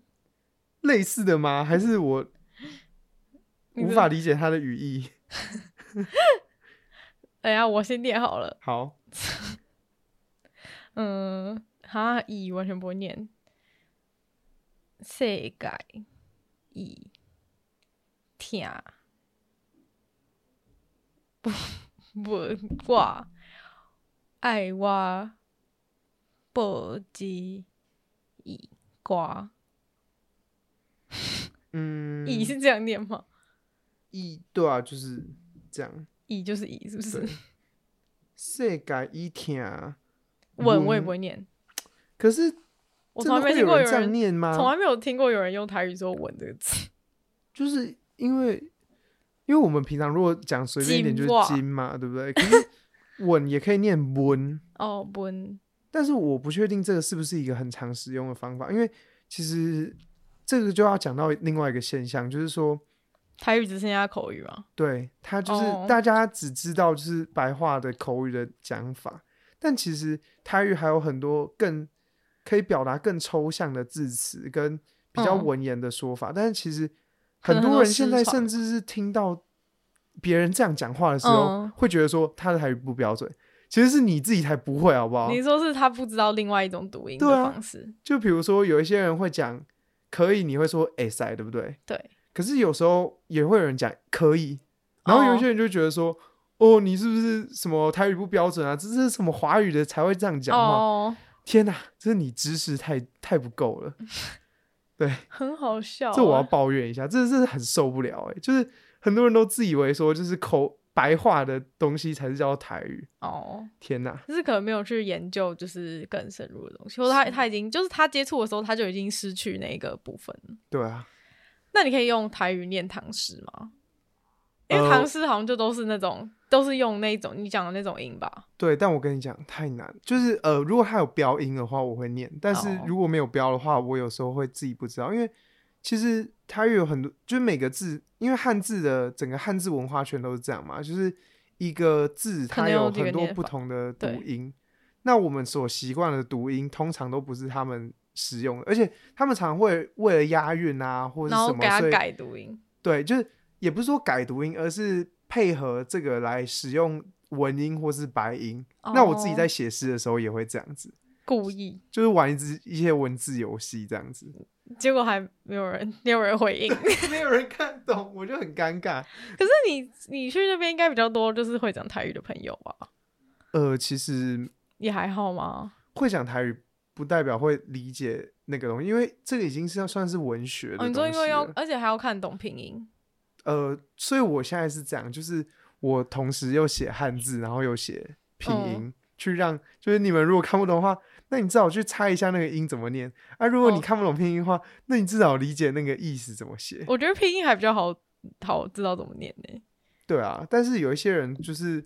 类似的吗？还是我
你
无
这
法理解它的语义？”
哎呀，我先念好了。
好，
嗯，哈，以完全不会念。世界以听不 不我爱我报之以歌，
嗯，
以是这样念吗？
意对啊，就是这样，
以就是以，是不
对
是？。
世界一听，
稳我也不会念，
可是
我
真
从
的
来没
会
听过
人
有
这样
人，
念吗？
从来没有听过有人用台语说“稳”这个词。
就是因为因为我们平常如果讲随便一点就
金哇
是金嘛，对不对？ 可是稳也可以念稳，
哦，稳。
但是我不确定这个是不是一个很常使用的方法，因为其实这个就要讲到另外一个现象，就是说，
台语只剩下口语嘛，
对它就是
哦
大家只知道就是白话的口语的讲法，但其实台语还有很多更可以表达更抽象的字词跟比较
嗯
文言的说法，但是其实
可
很
能很
多
多
人现
失
在
传
甚
了
至是听到别人这样讲话的时候，
嗯
会觉得说他的台语不标准，其实是你自己才不会，好不好？
你说是他不知道另外一种读音的
对啊
方式，
就比如说有一些人会讲可以，你会说哎塞，对不对？
对。
可是有时候也会有人讲可以，然后有一些人就觉得说。哦，你是不是什么台语不标准啊？这是什么华语的才会这样讲话？
哦，
天哪，这是你知识太太不够了。
很好笑啊、
欸这我要抱怨一下，这这是很受不了哎、就是很多人都自以为说就是口白话的东西才是叫台语。
哦，
天哪，
就是可能没有去研究，就是更深入的东西，或者他他已经就是他接触的时候他就已经失去那个部分了。
对啊，
那你可以用台语念唐诗吗？因为
呃
唐诗好像就都是那种，都是用那种你讲的那种音吧。
对，但我跟你讲太难，就是呃，如果它有标音的话，我会念；但是
哦
如果没有标的话，我有时候会自己不知道，因为其实台语有很多，就是每个字，因为汉字的整个汉字文化圈都是这样嘛，就是一个字
可
它
能有
有
几个
很多
念
不
法
同的读
对
音，那我们所习惯的读音通常都不是他们使用的，而且他们常会为了押韵啊或者
然
是
后
什
给
么，
他
所以
改读音。
对，就是也不是说改读音，而是配合这个来使用文音或是白音。那我自己在
哦
写诗的时候也会这样子，
故意，
就是玩一只一些文字游戏这样子，
结果还没有人 没有人回应。可
没有人看懂，我就很尴尬。
是你你去那边应该比较多，就是会讲台语的朋友吧？
呃，其实
也还好吗？
会讲台语不代表会理解那个东西，因为这个已经是要算是文学的
哦，
东
你
西
说
了。
因为要，而且还要看懂拼音。
呃，所以我现在是这样，就是我同时又写汉字，然后又写拼
嗯
音，去让就是你们如果看不懂的话，那你至少去猜一下那个音怎么念啊。如果你
哦
看不懂拼音的话，那你至少理解那个意思怎么写。
我觉得拼音还比较好好知道怎么念呢。
对啊，但是有一些人就是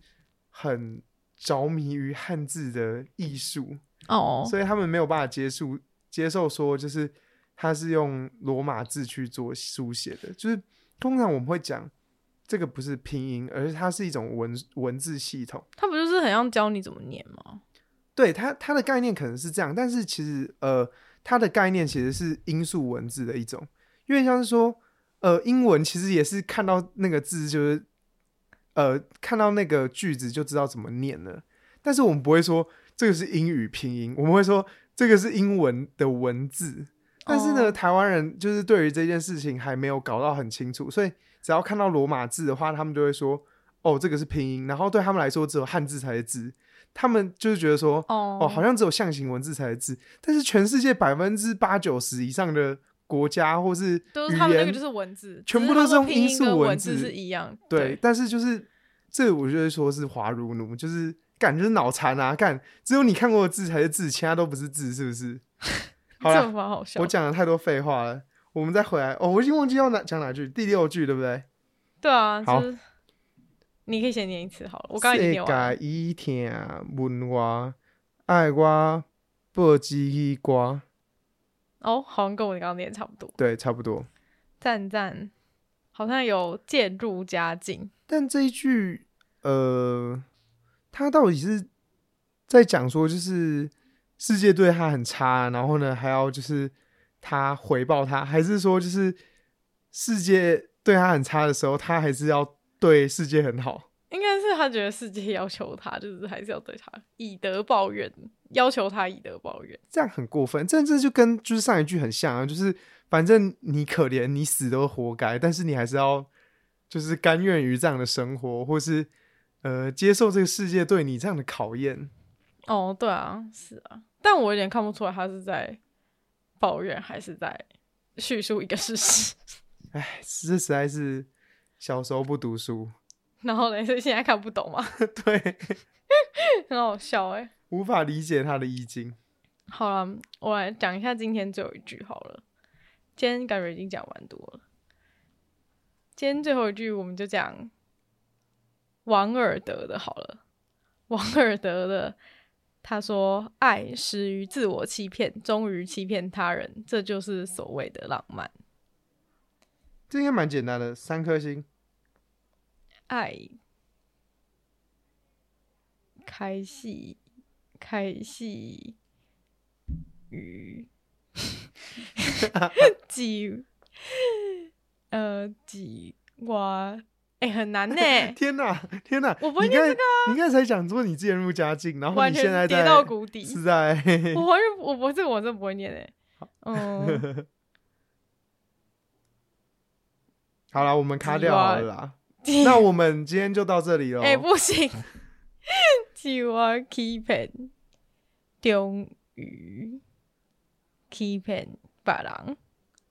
很着迷于汉字的艺术，
哦，
所以他们没有办法接受接受说，就是他是用罗马字去做书写的。就是通常我们会讲这个不是拼音，而是它是一种文文字系统。
他不就是很像教你怎么念吗？
对它它的概念可能是这样，但是其实呃，它的概念其实是音素文字的一种，因为像是说呃，英文其实也是看到那个字就是呃看到那个句子就知道怎么念了，但是我们不会说这个是英语拼音，我们会说这个是英文的文字。但是呢，
哦
台湾人就是对于这件事情还没有搞到很清楚，所以只要看到罗马字的话，他们就会说：“哦，这个是拼音。”然后对他们来说，只有汉字才是字。他们就是觉得说：“
哦
哦，好像只有象形文字才是字，但是全世界百分之八九十以上的国家或是
就
语
是他们那个
言
就是文字，
全
只
部
是
都
他
是
们
用
拼
因
音
素
跟
文
文字
字
是一样。
对，但是就是这个，我觉得说是华如奴，就是干就是脑残啊，干只有你看过的字才是字，其他都不是字，是不是？好
这
了，
蛮好笑
我。讲了太多废话了，我们再回来。哦，我已经忘记要哪讲哪句，第六句对不对？
对啊，
好
就是你可以先念一次好了，我刚才已经念完了。
世界伊听问我爱我不知歌，
哦，好像跟我刚刚念差不多。
对，差不多。
赞赞，好像有渐入佳境。
但这一句，呃，他到底是在讲说，就是世界对他很差，然后呢，还要就是他回报他，还是说就是世界对他很差的时候，他还是要对世界很好？
应该是他觉得世界要求他，就是还是要对他以德报怨，要求他以德报怨。
这样很过分，这这就跟就是上一句很像啊，就是反正你可怜，你死都活该，但是你还是要就是甘愿于这样的生活，或是呃接受这个世界对你这样的考验。
哦，对啊，是啊，但我有点看不出来他是在抱怨还是在叙述一个事实。
唉，这实在是小时候不读书，
然后呢，所以现在看不懂嘛，
对，
很好笑哎、
无法理解他的意境。
好了，我来讲一下今天最后一句好了。今天感觉已经讲完多了。今天最后一句我们就讲王尔德的好了。王尔德的他说：“爱始于自我欺骗，终于欺骗他人，这就是所谓的浪漫。
这应该蛮简单的，三颗星。
爱开戏，开戏于呃几呃几哇，哎、很难 呢、
天哪，天哪！
我不会
你
念啊
刚才你刚才讲说你渐入佳境，然后
完
你
全
现在
跌
在
到谷底。
是在
我完全不我不这个我真的不会念哎、嗯，
好了，我们卡掉好了啦。
几
那我们今天就到这里喽。
哎、不行， 几哇 keep n 终于 keep n 别人，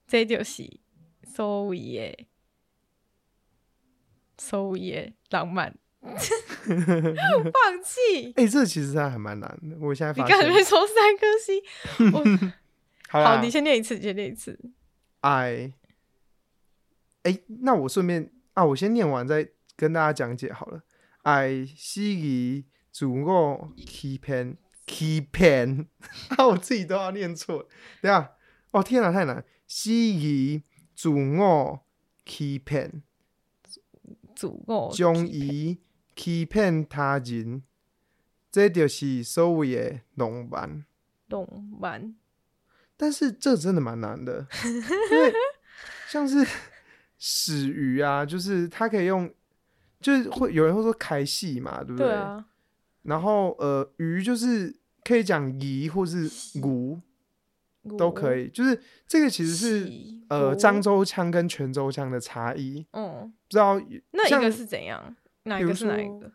这就是 所谓的所谓的浪漫。放弃。
哎、这其实还蛮难的。我现在
你
发
刚才
现，
说三颗星，
好
好，
啦
你先念一次，你先念一次。
I，哎、那我顺便啊，我先念完再跟大家讲解好了。I 希夷主我 keep n keep n，啊， 我自己都要念错。等一下，哦天哪，太难。希夷主我 keep n，
祖我
将伊欺骗他人，这就是所谓的浪漫。
弄完，
但是这真的蛮难的，因为像是 死鱼啊，就是它可以用，就是会有人会说开戏嘛，对不
对啊，
然后呃，鱼就是可以讲鱼或是鲈都可
以。
以，就是这个其实是
喜
呃
福
漳州腔跟泉州腔的差异，
嗯，
不知道
那一
像
个是怎样？哪一
比
个
如
是哪一
说
个？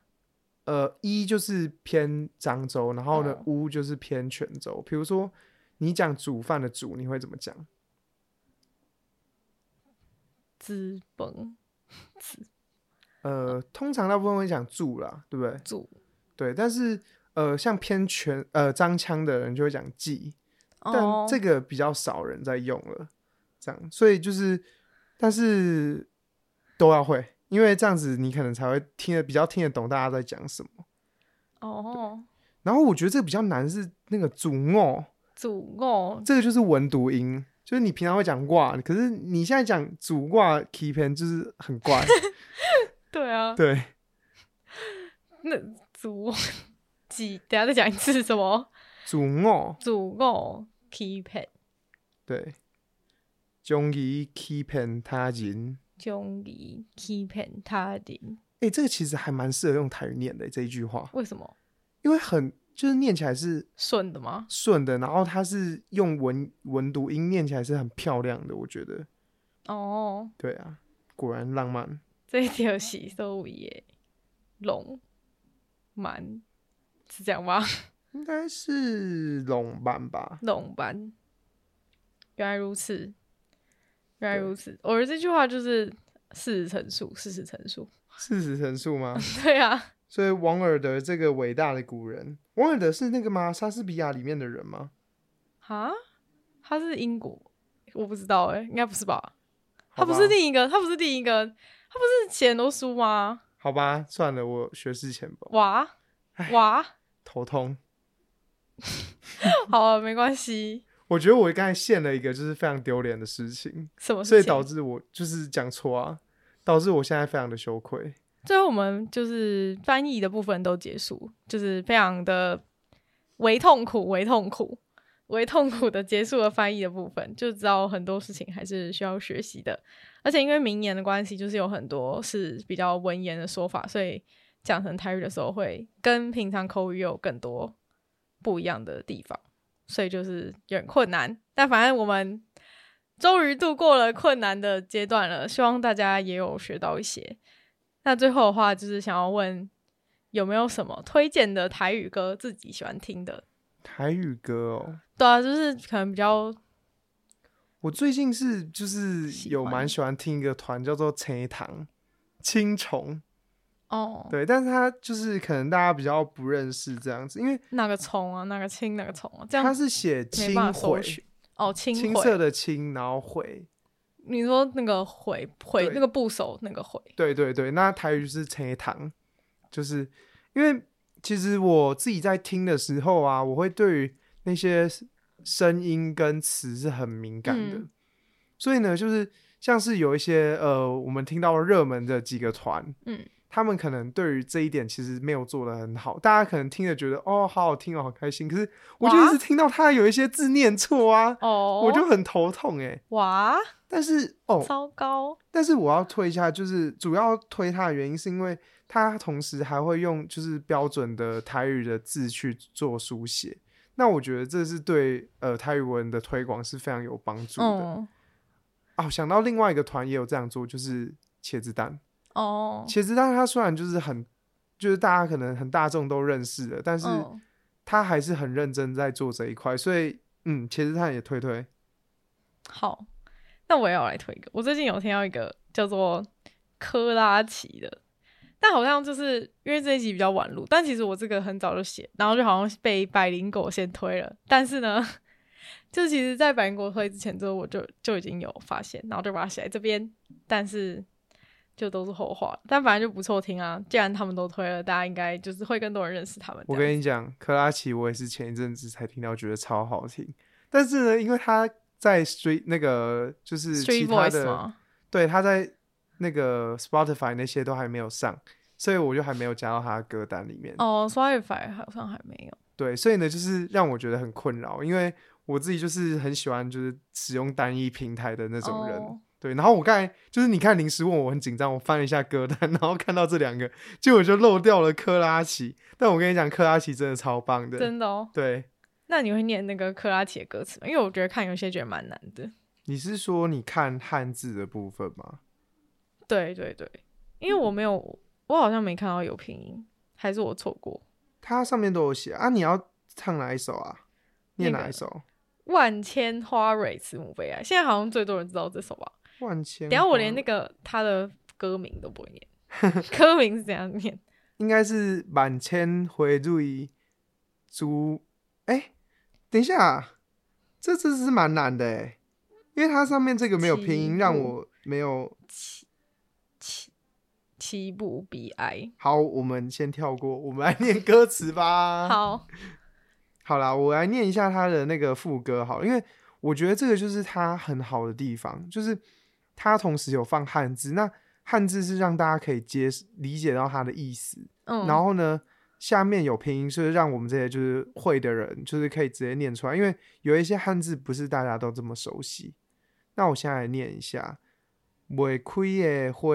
呃，一就是偏漳州，然后呢
哦，
乌、就是偏泉州。比如说，你讲煮饭的煮，你会怎么讲？
资本哦
呃，通常大部分会讲住啦，对不对？
主，
对，但是呃，像偏泉呃漳腔的人就会讲记，
哦
但这个比较少人在用了，这样，所以就是，但是都要会，因为这样子你可能才会听得比较听得懂大家在讲什么。
哦，
然后我觉得这个比较难是那个主哦，
祖我
这个就是文读音，就是你平常会讲挂，可是你现在讲主挂 key pen 就是很怪，
对啊，
对，
那祖我 几？等一下再讲一次什么？
主哦，
祖我 keep it
对，终于 key pen 他人。
中离 keep it 他的
哎、这个其实还蛮适合用台语念的这一句话，
为什么
因为很就是念起来是
顺的吗？
顺的，然后它是用文文读音念起来是很漂亮的，我觉得。
哦，
对啊，果然浪漫。
这一条洗收也龙蛮是这样吗？
应该是龙版吧？
懂班。原来如此，原来如此。我的这句话就是事实陈述，事实陈述。
事实陈述吗？
对啊，
所以王尔德这个伟大的古人，王尔德是那个吗？莎士比亚里面的人吗？
哈，他是英国，我不知道哎、应该不是吧？他
好吧
不是另一个，他不是另一个，他不是写很多书吗？
好吧，算了，我学士钱包
哇哇，
头痛。
好啊，没关系。
我觉得我刚才陷了一个就是非常丢脸的事情，
什么
所
事
以导
情？
致我就是讲错啊，导致我现在非常的羞愧。
最后我们就是翻译的部分都结束，就是非常的为痛苦，为痛苦，为痛苦的结束了翻译的部分，就知道很多事情还是需要学习的。而且因为名言的关系，就是有很多是比较文言的说法，所以讲成台语的时候会跟平常口语有更多不一样的地方，所以就是有点困难。但反正我们终于度过了困难的阶段了，希望大家也有学到一些。那最后的话，就是想要问有没有什么推荐的台语歌自己喜欢听的？
台语歌哦，
对啊，就是可能比较
我最近是就是
喜
有
欢
蛮喜欢听一个团叫做陈堂青虫，
哦，
对，但是他就是可能大家比较不认识这样子，因为
那个虫啊，那个青，那个虫啊，这
他
样
是写
没
青
办法搜
毁，
寻哦，青
青
毁
色的青，然后毁，
你说那个毁毁
对
那个部首那个毁，
对对对，那台语是陈堂，就是因为其实我自己在听的时候啊，我会对于那些声音跟词是很敏感的，
嗯
所以呢，就是像是有一些呃，我们听到热门的几个团，
嗯，
他们可能对于这一点其实没有做的很好，大家可能听着觉得哦，好好听哦，好开心，可是我就
哇
一直听到他有一些字念错啊，
哦，
我就很头痛哎、
哇，
但是哦，
糟糕，
但是我要推一下，就是主要推它的原因，是因为它同时还会用就是标准的台语的字去做书写。那我觉得这是对呃台语文的推广是非常有帮助的。
嗯，
哦，想到另外一个团也有这样做，就是茄子蛋。
哦，
茄子蛋它虽然就是很就是大家可能很大众都认识的，但是
嗯，
它还是很认真在做这一块，所以嗯，茄子蛋也推推。
好，那我也要来推一个。我最近有听到一个叫做科拉奇的，但好像就是因为这一集比较晚录，但其实我这个很早就写，然后就好像被百灵果先推了。但是呢， 就是其实，在百灵果推之前，就我就就已经有发现，然后就把它写在这边。但是就都是后话，但反正就不错听啊。既然他们都推了，大家应该就是会更多人认识他们这
我
样。
跟你讲，克拉奇我也是前一阵子才听到，觉得超好听。但是呢，因为他在 Street 那个就是其
Street
他
Voice
的，
吗？
对，他在那个 Spotify 那些都还没有上，所以我就还没有加到他的歌单里面。
哦，Spotify 好像还没有。
对，所以呢，就是让我觉得很困扰，因为我自己就是很喜欢就是使用单一平台的那种人。
哦
对，然后我刚才就是你看临时问我很紧张，我翻了一下歌单， 然后看到这两个，结果就漏掉了克拉奇。但我跟你讲，克拉奇真的超棒的，
真的哦。
对。
那你会念那个克拉奇的歌词吗？因为我觉得看有些觉得蛮难的。
你是说你看汉字的部分吗？
对对对，因为
嗯
我没有，我好像没看到有拼音，还是我错过
它上面都有写啊，你要唱哪一首啊？念哪一首？
《万千花蕊慈母悲哀》。现在好像最多人知道这首吧？
万千
等
花。
一下我连那个他的歌名都不会念， 歌名是怎样念？
应该是满千回瑞珠。哎、等一下，这这是蛮难的哎，因为它上面这个没有拼
起
音，
步
让我没有。
七步悲哀。
好，我们先跳过，我们来念歌 词吧。，
好，
好啦，我来念一下他的那个副歌好了，因为我觉得这个就是他很好的地方，就是他同时有放汉字，那汉字是让大家可以接理解到他的意思，
嗯，
然后呢，下面有拼音，就是让我们这些就是会的人，就是可以直接念出来，因为有一些汉字不是大家都这么熟悉。那我现在来念一下：未开的花，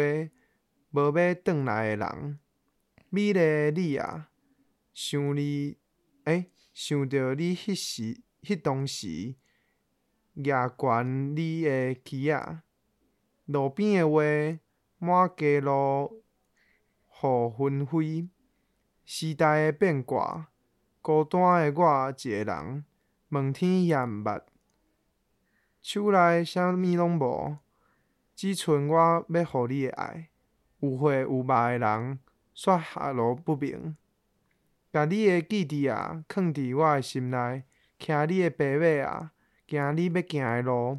无要转来的人，美丽的你啊，想你，诶、想到你迄时、迄当时，牙悬你的枝啊，路边的话，满街路互纷飞，时代的变卦，孤单的我一个人，问天也毋捌，手内啥物拢无，只剩我要互你的爱，有血有肉的人，煞下落不明。甲你的记忆啊，藏伫我的心内，骑你的白马啊，行你要行的路，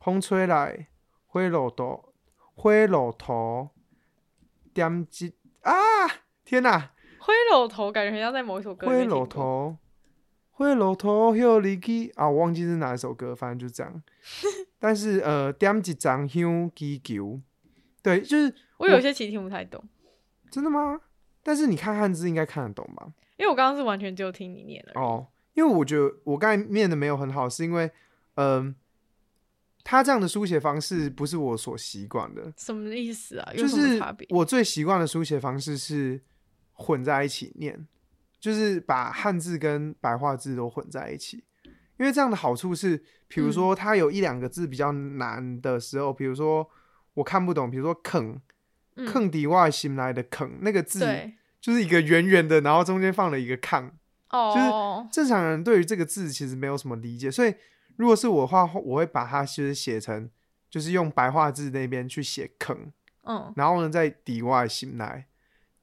风吹来，火炉土，火炉土，点一啊！天哪、
灰楼头感觉很像在某一首歌里
灰
面听过。
楼头，灰楼头，休离去啊！我忘记是哪一首歌，反正就这样。但是呃，点一张香祈求，对，就是
我有些其实听不太懂，
真的吗？但是你看汉字应该看得懂吧？
因为我刚刚是完全就听你念了。
哦，因为我觉得我刚才念的没有很好，是因为嗯、他这样的书写方式不是我所习惯的，
什么意思啊？有
就
什么
是
差别？
我最习惯的书写方式是混在一起念，就是把汉字跟白话字都混在一起。因为这样的好处是，比
嗯
如说它有一两个字比较难的时候，比如说我看不懂，比如说“坑”，“
嗯
坑底外心来的“坑”，那个字
对
就是一个圆圆的，然后中间放了一个“抗”，
哦，
正常人对于这个字其实没有什么理解，所以如果是我的话，我会把它其实写成，就是用白话字那边去写坑，
嗯，
然后呢再底外心来，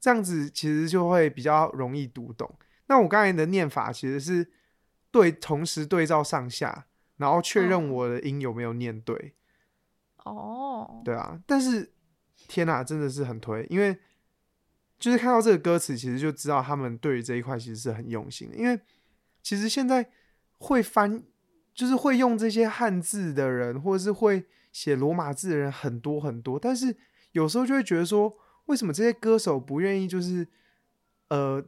这样子其实就会比较容易读懂。那我刚才的念法其实是对，同时对照上下，然后确认
嗯
我的音有没有念对。
哦，
对啊，但是天哪、真的是很推，因为就是看到这个歌词，其实就知道他们对于这一块其实是很用心的。因为其实现在会翻，就是会用这些汉字的人，或者是会写罗马字的人很多很多，但是有时候就会觉得说，为什么这些歌手不愿意就是呃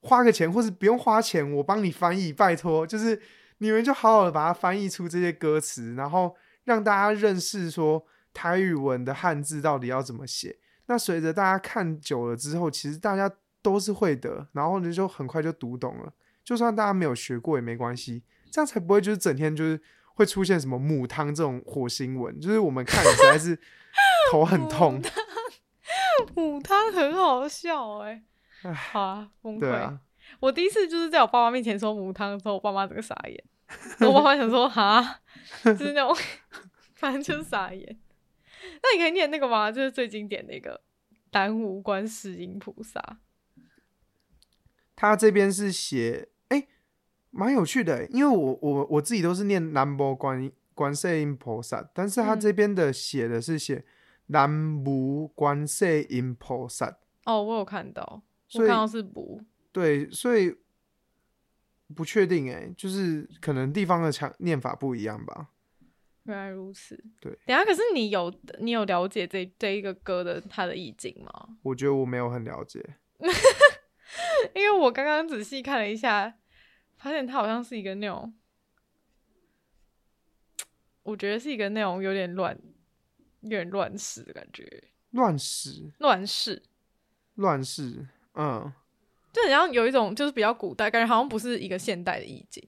花个钱，或是不用花钱，我帮你翻译，拜托，就是你们就好好的把它翻译出这些歌词，然后让大家认识说台语文的汉字到底要怎么写。那随着大家看久了之后，其实大家都是会的，然后呢就很快就读懂了。就算大家没有学过也没关系，这样才不会就是整天就是会出现什么母汤这种火星文，就是我们看了实在 是头很痛。
母汤嗯很好笑哎、好啊，崩
对
溃、
啊，
我第一次就是在我爸妈面前说母汤的时候，我爸妈整个傻眼，我爸妈想说哈，就是那种，反正就是傻眼。那你可以念那个吗？就是最经典的一个单无观世音菩萨。
他这边是写，哎、蛮有趣的欸，因为我我我自己都是念南无观音观世音菩萨，但是他
嗯
这边的写的是写南无观世音菩萨，
哦，我有看到，我
所以
看到是不，
对，所以不确定哎，就是可能地方的强念法不一样吧。
原来如此。
对，
等一下可是你有你有了解这这一个歌的它的意境吗？
我觉得我没有很了解，
因为我刚刚仔细看了一下，发现它好像是一个那种，我觉得是一个那种有点乱、有点乱世的感觉，
乱世
乱世。
乱世，嗯，
就好像有一种就是比较古代，感觉好像不是一个现代的意境。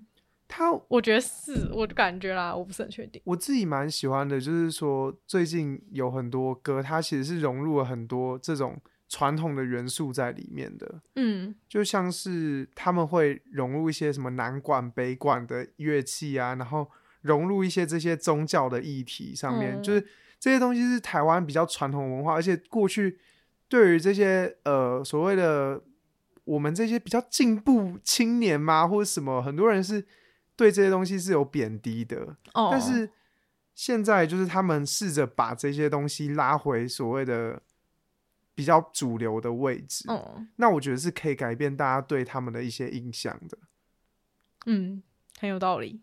他
我觉得是，我感觉啦，我不是很确定。
我自己蛮喜欢的，就是说最近有很多歌，它其实是融入了很多这种传统的元素在里面的，
嗯，
就像是他们会融入一些什么南管、北管的乐器啊，然后融入一些这些宗教的议题上面，
嗯
就是这些东西是台湾比较传统文化，而且过去对于这些呃所谓的我们这些比较进步青年嘛，或者什么，很多人是对这些东西是有贬低的。
哦，
但是现在就是他们试着把这些东西拉回所谓的比较主流的位置，
哦，
那我觉得是可以改变大家对他们的一些印象的。
嗯，很有道理。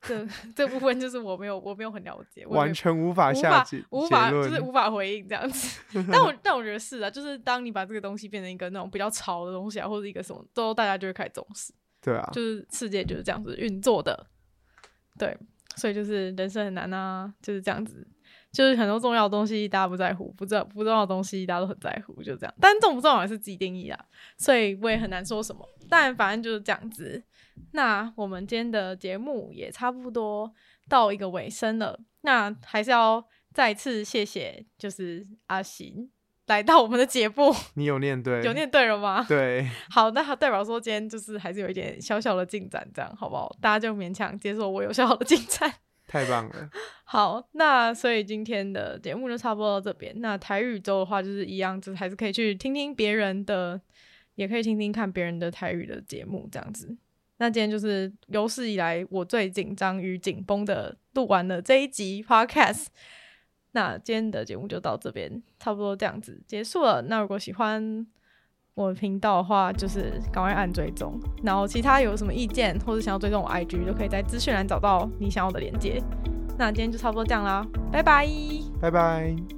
这 这部分就是我没有，我没有很了解，我也
完全无法
无
下
法
结
无
结
法
论，
就是无法回应这样 子。但我但我觉得是啊，就是当你把这个东西变成一个那种比较潮的东西啊，或者一个什么，之后大家就会开始重视，
对啊，
就是世界就是这样子运作的。对，所以就是人生很难啊，就是这样子。就是很多重要的东西大家不在乎，不重不重要的东西大家都很在乎，就这样。但重不重要也是自己定义啦，所以我也很难说什么。但反正就是这样子。那我们今天的节目也差不多到一个尾声了，那还是要再次谢谢，就是阿行来到我们的节目，
你有念对，
有念对了吗？
对，
好，那代表说今天就是还是有一点小小的进展，这样好不好？大家就勉强接受我有小小的进展。
太 棒了，
好，那所以今天的节目就差不多到这边。那台语周的话，就是一样，就是还是可以去听听别人的，也可以听听看别人的台语的节目这样子。那今天就是有史以来我最紧张与紧绷的录完了这一集 podcast。那今天的节目就到这边，差不多这样子结束了。那如果喜欢我的频道的话，就是赶快按追踪，然后其他有什么意见或者想要追踪我 IG，都可以在资哦讯栏找到你想要的连接。那今天就差不多这样啦，拜拜。
拜拜。